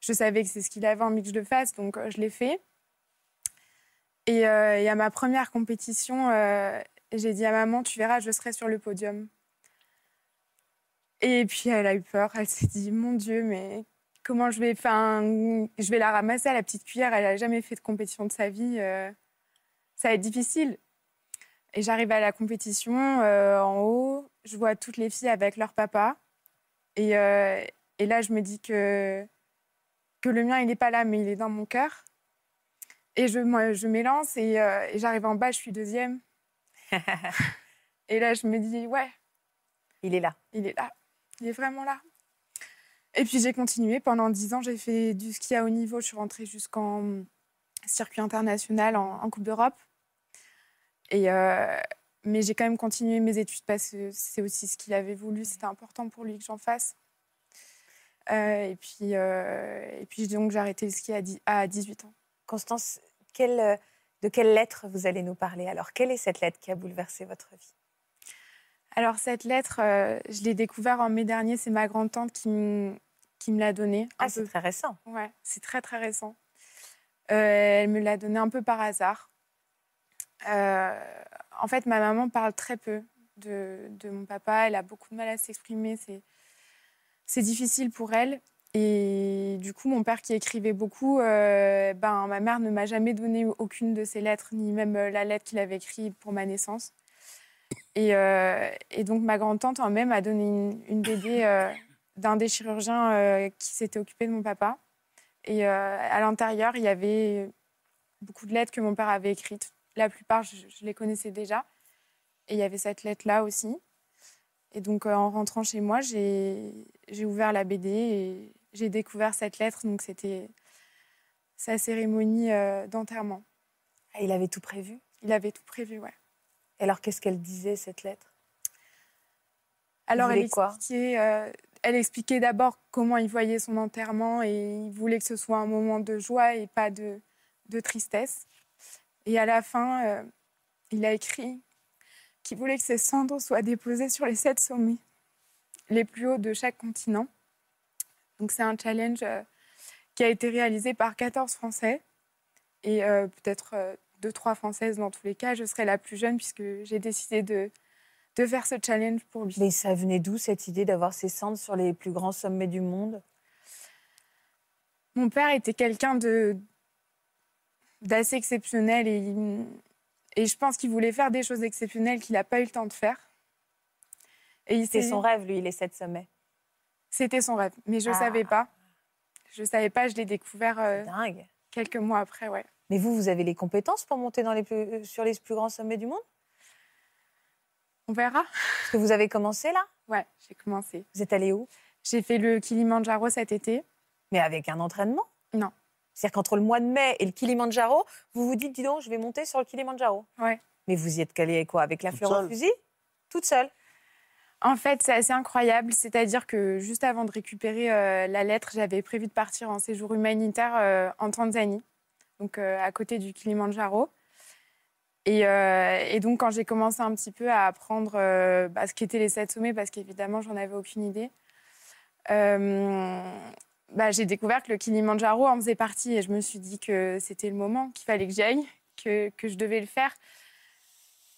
[SPEAKER 6] je savais que c'est ce qu'il avait envie que je le fasse, donc euh, je l'ai fait. Et, euh, et à ma première compétition, euh, j'ai dit à maman, tu verras, je serai sur le podium. Et puis elle a eu peur, elle s'est dit, mon Dieu, mais comment je vais, enfin, je vais la ramasser à la petite cuillère, elle n'a jamais fait de compétition de sa vie, euh, ça va être difficile. Et j'arrive à la compétition euh, en haut, je vois toutes les filles avec leur papa. Et, euh, et là, je me dis que, que le mien, il n'est pas là, mais il est dans mon cœur. Et je, moi, je m'élance et, euh, et j'arrive en bas, je suis deuxième. et là, je me dis, ouais,
[SPEAKER 1] Il est là.
[SPEAKER 6] il est là. Il est vraiment là. Et puis j'ai continué. Pendant 10 ans, j'ai fait du ski à haut niveau. Je suis rentrée jusqu'en circuit international en, en Coupe d'Europe. Et euh, mais j'ai quand même continué mes études parce que c'est aussi ce qu'il avait voulu. C'était important pour lui que j'en fasse. Euh, et puis, euh, et puis donc j'ai arrêté le ski à, dix- à 18 ans.
[SPEAKER 1] Constance, quelle, euh, de quelle lettre vous allez nous parler Alors, quelle est cette lettre qui a bouleversé votre vie
[SPEAKER 6] Alors cette lettre, euh, je l'ai découverte en mai dernier. C'est ma grand-tante qui me, qui me l'a donnée. un
[SPEAKER 1] Ah, c'est
[SPEAKER 6] peu.
[SPEAKER 1] très récent.
[SPEAKER 6] Ouais, c'est très très récent. Euh, elle me l'a donnée un peu par hasard. Euh, en fait, ma maman parle très peu de, de mon papa. Elle a beaucoup de mal à s'exprimer. C'est, c'est difficile pour elle. Et du coup, mon père qui écrivait beaucoup, euh, ben, ma mère ne m'a jamais donné aucune de ses lettres, ni même euh, la lettre qu'il avait écrite pour ma naissance. Et, euh, et donc, ma grand-tante en même a donné une, une BD euh, d'un des chirurgiens euh, qui s'était occupé de mon papa. Et euh, à l'intérieur, il y avait beaucoup de lettres que mon père avait écrites. La plupart, je, je les connaissais déjà. Et il y avait cette lettre-là aussi. Et donc, euh, en rentrant chez moi, j'ai j'ai ouvert la BD et j'ai découvert cette lettre. Donc, c'était sa cérémonie euh, d'enterrement.
[SPEAKER 1] Ah, Il avait tout prévu.
[SPEAKER 6] Il avait tout prévu, ouais.
[SPEAKER 1] Et alors, qu'est-ce qu'elle disait, cette lettre
[SPEAKER 6] Alors, elle
[SPEAKER 1] voulait quoi
[SPEAKER 6] expliquait, euh, elle expliquait d'abord comment il voyait son enterrement et il voulait que ce soit un moment de joie et pas de, de tristesse. Et à la fin, euh, il a écrit qu'il voulait que ses cendres soient déposées sur les sept sommets, les plus hauts de chaque continent. Donc, c'est un challenge euh, qui a été réalisé par 14 Français et euh, peut-être euh, deux, trois Françaises dans tous les cas. Je serai la plus jeune puisque j'ai décidé de, de faire ce challenge pour lui.
[SPEAKER 1] Mais ça venait d'où, cette idée d'avoir ses cendres sur les plus grands sommets du monde
[SPEAKER 6] Mon père était quelqu'un de d'assez exceptionnel et, il- et je pense qu'il voulait faire des choses exceptionnelles qu'il n'a pas eu le temps de faire. Et il
[SPEAKER 1] C'est
[SPEAKER 6] s'est-
[SPEAKER 1] son rêve, lui, les sept sommets.
[SPEAKER 6] C'était son rêve, mais je ne
[SPEAKER 1] Ah.
[SPEAKER 6] savais pas. Je ne savais pas, je l'ai découvert euh,
[SPEAKER 1] Dingue.
[SPEAKER 6] quelques mois après, ouais.
[SPEAKER 1] Mais vous, vous avez les compétences pour monter dans les plus- euh, sur les plus grands sommets du monde
[SPEAKER 6] On verra.
[SPEAKER 1] Parce que vous avez commencé là
[SPEAKER 6] Ouais, j'ai commencé.
[SPEAKER 1] Vous êtes allé où
[SPEAKER 6] J'ai fait le Kilimanjaro cet été.
[SPEAKER 1] Mais avec un entraînement
[SPEAKER 6] Non.
[SPEAKER 1] C'est-à-dire qu'entre le mois de mai et le Kilimanjaro, vous vous dites, dis donc, je vais monter sur le Kilimanjaro.
[SPEAKER 6] Ouais.
[SPEAKER 1] Mais vous y êtes calé quoi Avec la
[SPEAKER 8] Toute
[SPEAKER 1] fleur au
[SPEAKER 8] seule.
[SPEAKER 1] fusil Toute seule
[SPEAKER 6] En fait, c'est assez incroyable. C'est-à-dire que juste avant de récupérer euh, la lettre, j'avais prévu de partir en séjour humanitaire euh, en Tanzanie, donc euh, à côté du Kilimanjaro. Et, euh, et donc, quand j'ai commencé un petit peu à apprendre euh, bah, ce qu'étaient les sept sommets, parce qu'évidemment, j'en avais aucune idée, euh, bah, j'ai découvert que le Kilimanjaro en faisait partie et je me suis dit que c'était le moment, qu'il fallait que j'y aille, que, que je devais le faire.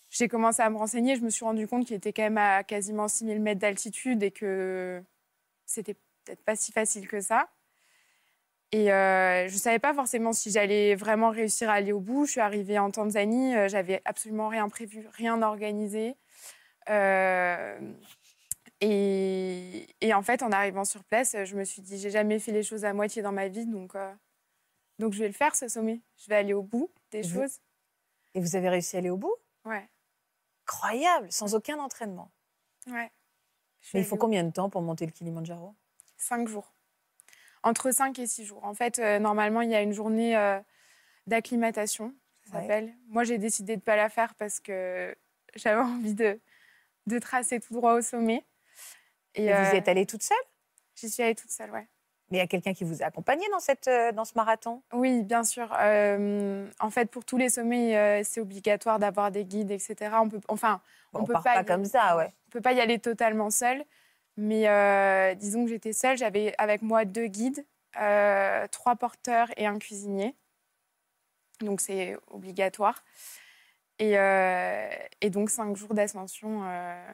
[SPEAKER 6] J'ai commencé à me renseigner, je me suis rendu compte qu'il était quand même à quasiment 6000 mètres d'altitude et que c'était peut-être pas si facile que ça. Et euh, je ne savais pas forcément si j'allais vraiment réussir à aller au bout. Je suis arrivée en Tanzanie, euh, j'avais absolument rien prévu, rien organisé. Euh, et, et en fait, en arrivant sur place, je me suis dit, j'ai jamais fait les choses à moitié dans ma vie, donc, euh, donc je vais le faire, ce sommet. Je vais aller au bout des
[SPEAKER 1] Vous-
[SPEAKER 6] choses.
[SPEAKER 1] Et vous avez réussi à aller au bout
[SPEAKER 6] Ouais,
[SPEAKER 1] Incroyable, sans aucun entraînement.
[SPEAKER 6] ouais. Je suis
[SPEAKER 1] Mais il
[SPEAKER 6] allée
[SPEAKER 1] faut
[SPEAKER 6] au-
[SPEAKER 1] combien de temps pour monter le Kilimanjaro
[SPEAKER 6] Cinq jours. Entre cinq et six jours. En fait, euh, normalement, il y a une journée euh, d'acclimatation, ça
[SPEAKER 1] Ouais.
[SPEAKER 6] s'appelle. Moi, j'ai décidé de ne pas la faire parce que j'avais envie de, de tracer tout droit au sommet.
[SPEAKER 1] Et
[SPEAKER 6] euh,
[SPEAKER 1] vous y êtes allée toute seule
[SPEAKER 6] J'y suis allée toute seule, ouais.
[SPEAKER 1] Mais il y a quelqu'un qui vous a accompagnée dans, cette, euh, dans ce marathon
[SPEAKER 6] Oui, bien sûr. Euh, en fait, pour tous les sommets, euh, c'est obligatoire d'avoir des guides, etc. On peut, enfin,
[SPEAKER 1] Bon,
[SPEAKER 6] on
[SPEAKER 1] On
[SPEAKER 6] peut
[SPEAKER 1] part
[SPEAKER 6] pas,
[SPEAKER 1] pas,
[SPEAKER 6] y-
[SPEAKER 1] comme ça, ouais.
[SPEAKER 6] On peut pas y aller totalement seul. Mais euh, disons que j'étais seule. J'avais avec moi deux guides, euh, trois porteurs et un cuisinier. Donc c'est obligatoire. Et, euh, et donc cinq jours d'ascension. euh,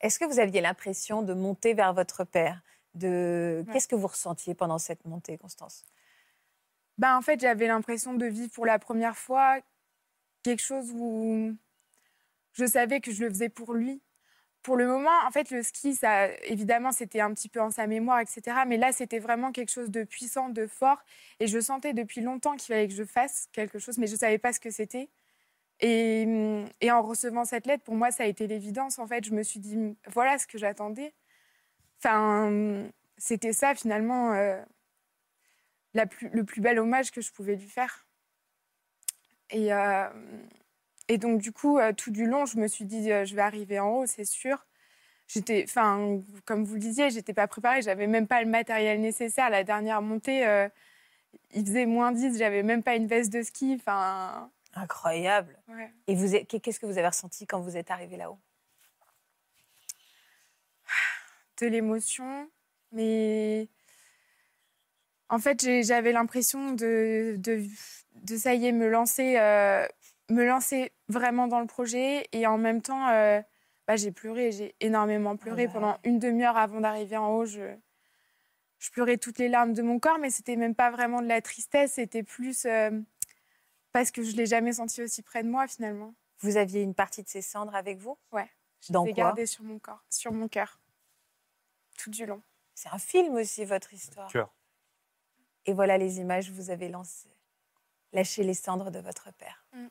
[SPEAKER 1] Est-ce que vous aviez l'impression de monter vers votre père de...
[SPEAKER 6] Ouais.
[SPEAKER 1] Qu'est-ce que vous ressentiez pendant cette montée, Constance
[SPEAKER 6] Ben, en fait, j'avais l'impression de vivre pour la première fois quelque chose où je savais que je le faisais pour lui. Pour le moment, en fait, le ski, ça, évidemment, c'était un petit peu en sa mémoire, etc. Mais là, c'était vraiment quelque chose de puissant, de fort. Et je sentais depuis longtemps qu'il fallait que je fasse quelque chose, mais je ne savais pas ce que c'était. Et, hum, et en recevant cette lettre, pour moi, ça a été l'évidence. En fait, je me suis dit, voilà ce que j'attendais. Enfin, c'était ça, finalement. euh, la plus- le plus bel hommage que je pouvais lui faire. Et, euh, et donc, du coup, euh, tout du long, je me suis dit, euh, je vais arriver en haut, c'est sûr. J'étais, enfin, comme vous le disiez, j'étais pas préparée, j'avais même pas le matériel nécessaire. La dernière montée, euh, il faisait moins 10, j'avais même pas une veste de ski. Enfin,
[SPEAKER 1] Incroyable.
[SPEAKER 6] ouais.
[SPEAKER 1] Et vous, êtes- qu'est-ce que vous avez ressenti quand vous êtes arrivé là-haut
[SPEAKER 6] de l'émotion, mais en fait, j'ai- j'avais l'impression de, de, de, ça y est, me lancer, euh, me lancer vraiment dans le projet. Et en même temps, euh, bah, j'ai pleuré, j'ai énormément pleuré.
[SPEAKER 1] bah
[SPEAKER 6] Pendant une demi-heure avant d'arriver en haut, je, je pleurais toutes les larmes de mon corps, mais c'était même pas vraiment de la tristesse, c'était plus euh, parce que je l'ai jamais senti aussi près de moi finalement.
[SPEAKER 1] Vous aviez une partie de ces cendres avec vous
[SPEAKER 6] Ouais.
[SPEAKER 1] Je Dans
[SPEAKER 6] J'ai
[SPEAKER 1] quoi
[SPEAKER 6] gardé sur mon corps, sur mon cœur, tout du long.
[SPEAKER 1] C'est un film aussi, votre histoire.
[SPEAKER 8] Cœur.
[SPEAKER 1] Et voilà les images que vous avez lancées. Lâchez les cendres de votre père.
[SPEAKER 6] Mm.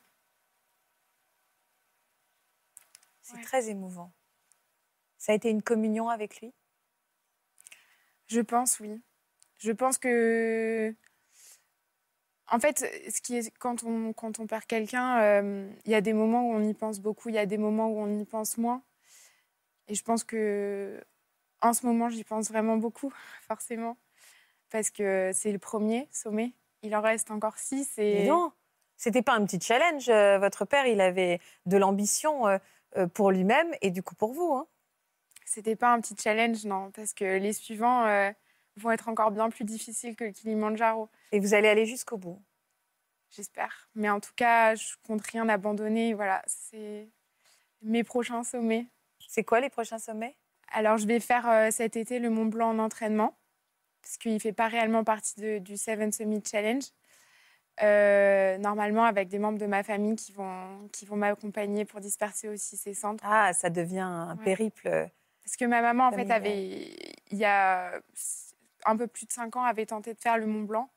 [SPEAKER 1] C'est
[SPEAKER 6] Ouais.
[SPEAKER 1] très émouvant. Ça a été une communion avec lui
[SPEAKER 6] Je pense, oui. Je pense que. En fait, ce qui est, quand, on, quand on perd quelqu'un, euh, il y a des moments où on y pense beaucoup, il y a des moments où on y pense moins. Et je pense que en ce moment, j'y pense vraiment beaucoup, forcément. Parce que c'est le premier sommet. Il en reste encore six.
[SPEAKER 1] Dis
[SPEAKER 6] Et...
[SPEAKER 1] donc, c'était pas un petit challenge. euh, Votre père, il avait de l'ambition euh, euh, pour lui-même et du coup pour vous. hein.
[SPEAKER 6] C'était pas un petit challenge, non, parce que les suivants euh, vont être encore bien plus difficiles que le Kilimanjaro,
[SPEAKER 1] Et vous allez aller jusqu'au bout.
[SPEAKER 6] j'espère. Mais en tout cas, je compte rien abandonner. Voilà, c'est mes prochains sommets.
[SPEAKER 1] C'est quoi les prochains sommets
[SPEAKER 6] Alors, je vais faire euh, cet été le Mont Blanc en entraînement, parce qu'il ne fait pas réellement partie de- du Seven Summit Challenge. Euh, normalement, avec des membres de ma famille qui vont, qui vont m'accompagner pour disperser aussi ces cendres.
[SPEAKER 1] Ah, ça devient un
[SPEAKER 6] Ouais.
[SPEAKER 1] périple. euh,
[SPEAKER 6] Parce que ma maman, en fait,
[SPEAKER 1] Familial.
[SPEAKER 6] avait, il y a un peu plus de cinq ans, avait tenté de faire le Mont Blanc.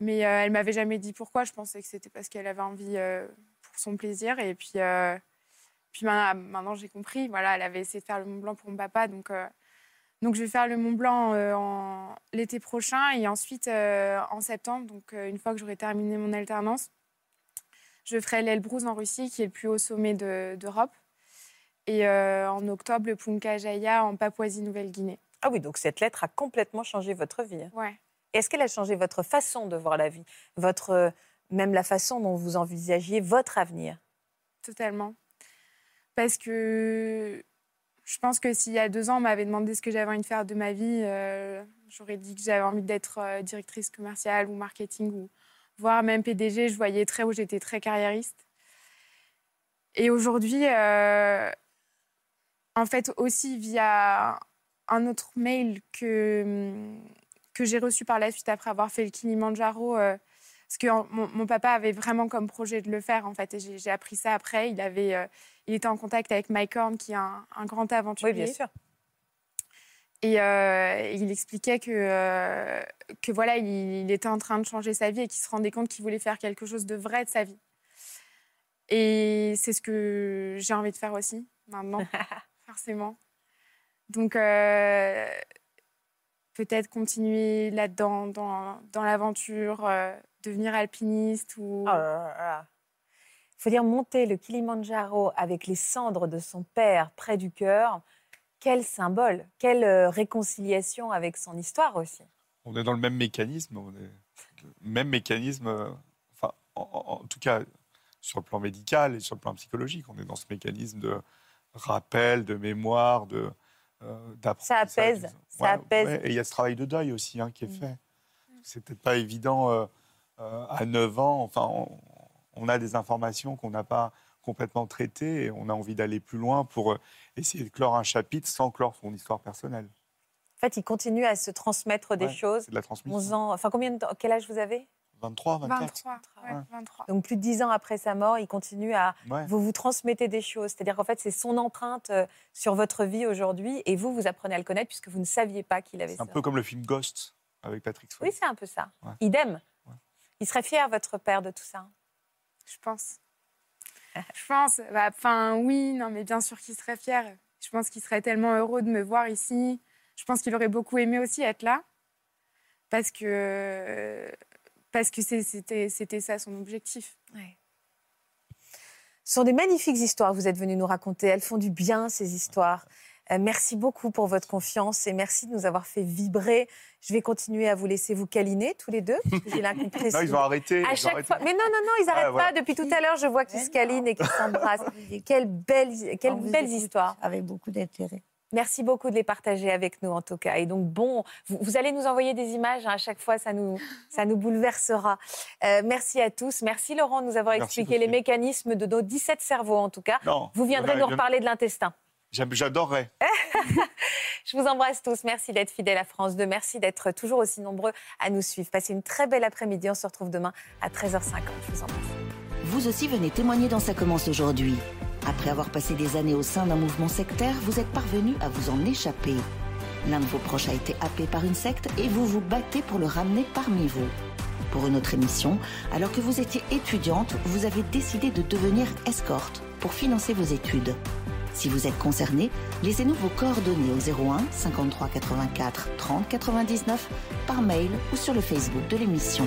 [SPEAKER 6] Mais euh, elle m'avait jamais dit pourquoi. Je pensais que c'était parce qu'elle avait envie euh, pour son plaisir. Et puis, euh, puis maintenant, maintenant, j'ai compris. Voilà, elle avait essayé de faire le Mont Blanc pour mon papa. Donc, euh, donc je vais faire le Mont Blanc euh, en- l'été prochain. Et ensuite, euh, en septembre, donc, euh, une fois que j'aurai terminé mon alternance, je ferai l'Elbrus en Russie, qui est le plus haut sommet de- d'Europe. Et euh, en octobre, le Punta Jaya en Papouasie-Nouvelle-Guinée.
[SPEAKER 1] Ah oui, donc cette lettre a complètement changé votre vie. hein.
[SPEAKER 6] Ouais.
[SPEAKER 1] Est-ce qu'elle a changé votre façon de voir la vie votre, euh, Même la façon dont vous envisagiez votre avenir
[SPEAKER 6] Totalement. Parce que Je pense que s'il y a deux ans, on m'avait demandé ce que j'avais envie de faire de ma vie, euh, j'aurais dit que j'avais envie d'être euh, directrice commerciale ou marketing ou voire même PDG. Je voyais très haut, j'étais très carriériste. Et aujourd'hui, euh, en fait, aussi via un autre mail que, mm, que j'ai reçu par la suite après avoir fait le Kilimanjaro, euh, parce que en- mon, mon papa avait vraiment comme projet de le faire, en fait, et j'ai j'ai appris ça après. Il, avait, euh, il était en contact avec Mike Horn, qui est un, un grand aventurier.
[SPEAKER 1] Oui, bien sûr.
[SPEAKER 6] Et euh, il expliquait que, euh, que voilà, il, il était en train de changer sa vie et qu'il se rendait compte qu'il voulait faire quelque chose de vrai de sa vie. Et c'est ce que j'ai envie de faire aussi, maintenant, forcément. Donc, euh, peut-être continuer là-dedans, dans, dans l'aventure, euh, devenir alpiniste ou...
[SPEAKER 1] Oh là là là. Il faut dire monter le Kilimanjaro avec les cendres de son père près du cœur. Quel symbole, quelle euh, réconciliation avec son histoire aussi.
[SPEAKER 8] On est dans le même mécanisme. On est... le Même mécanisme, euh, enfin, en, en- en tout cas, sur le plan médical et sur le plan psychologique, on est dans ce mécanisme de rappel, de mémoire, de euh, d'apprentissage.
[SPEAKER 1] Ça apaise, ça apaise. Mm.
[SPEAKER 8] Et il y a ce travail de deuil aussi hein, qui est fait. C'est peut-être pas évident euh, euh, à 9 ans. Enfin, on, on a des informations qu'on n'a pas complètement traitées et on a envie d'aller plus loin pour euh, essayer de clore un chapitre sans clore son histoire personnelle.
[SPEAKER 1] En fait, il continue à se transmettre des
[SPEAKER 8] Ouais,
[SPEAKER 1] choses.
[SPEAKER 8] C'est de la transmission.
[SPEAKER 1] 11 ans, enfin combien de temps, quel âge vous avez
[SPEAKER 8] 23, 24.
[SPEAKER 6] 23, ouais,
[SPEAKER 8] Ouais.
[SPEAKER 6] 23.
[SPEAKER 1] Donc plus de 10 ans après sa mort, il continue à...
[SPEAKER 8] Ouais.
[SPEAKER 1] Vous vous transmettez des choses, c'est-à-dire qu'en fait c'est son empreinte euh, sur votre vie aujourd'hui et vous, vous apprenez à le connaître puisque vous ne saviez pas qu'il avait
[SPEAKER 8] C'est un
[SPEAKER 1] ça.
[SPEAKER 8] peu comme le film Ghost avec Patrick
[SPEAKER 1] Oui,
[SPEAKER 8] Swayze.
[SPEAKER 1] c'est un peu ça.
[SPEAKER 8] Ouais.
[SPEAKER 1] Idem.
[SPEAKER 8] Ouais.
[SPEAKER 1] Il serait fier, votre père, de tout ça.
[SPEAKER 6] Je pense. Je pense. Bah, Enfin, oui, non, mais bien sûr qu'il serait fier. Je pense qu'il serait tellement heureux de me voir ici. Je pense qu'il aurait beaucoup aimé aussi être là. Parce que. Parce que c'est- c'était c'était ça son objectif.
[SPEAKER 1] Ce sont des magnifiques histoires que vous êtes venus nous raconter. Elles font du bien, ces histoires. Euh, merci beaucoup pour votre confiance et merci de nous avoir fait vibrer. Je vais continuer à vous laisser vous câliner tous les deux. parce que J'ai l'incompréhension.
[SPEAKER 8] Non, ils ont arrêté.
[SPEAKER 1] À
[SPEAKER 8] ils ont
[SPEAKER 1] chaque
[SPEAKER 8] arrêté.
[SPEAKER 1] fois. Mais non, non, non, ils n'arrêtent
[SPEAKER 8] Ah, voilà.
[SPEAKER 1] pas. Depuis tout à l'heure, je vois qu'ils
[SPEAKER 2] Mais
[SPEAKER 1] se câlinent et qu'ils s'embrassent. Quelles belles,
[SPEAKER 2] On
[SPEAKER 1] quelles
[SPEAKER 2] vous
[SPEAKER 1] belles
[SPEAKER 2] écoute
[SPEAKER 1] histoires.
[SPEAKER 2] Avec beaucoup d'intérêt.
[SPEAKER 1] Merci beaucoup de les partager avec nous, en tout cas. Et donc, bon, vous, vous allez nous envoyer des images. hein, à chaque fois, ça nous, ça nous bouleversera. Euh, merci à tous. Merci, Laurent, de nous avoir
[SPEAKER 8] Merci,
[SPEAKER 1] expliqué les
[SPEAKER 8] Sophie.
[SPEAKER 1] mécanismes de nos 17 cerveaux, en tout cas.
[SPEAKER 8] Non,
[SPEAKER 1] Vous viendrez
[SPEAKER 8] il y en
[SPEAKER 1] nous
[SPEAKER 8] a-
[SPEAKER 1] reparler de l'intestin.
[SPEAKER 8] j'aime- J'adorerais.
[SPEAKER 1] Je vous embrasse tous. Merci d'être fidèles à France 2. Merci d'être toujours aussi nombreux à nous suivre. Passez une très belle après-midi. On se retrouve demain à 13h50. Je vous embrasse.
[SPEAKER 7] Vous aussi venez témoigner dans Ça commence aujourd'hui. Après avoir passé des années au sein d'un mouvement sectaire, vous êtes parvenu à vous en échapper. L'un de vos proches a été happé par une secte et vous vous battez pour le ramener parmi vous. Pour une autre émission, alors que vous étiez étudiante, vous avez décidé de devenir escorte pour financer vos études. Si vous êtes concerné, laissez-nous vos coordonnées au 01 53 84 30 99 par mail ou sur le Facebook de l'émission.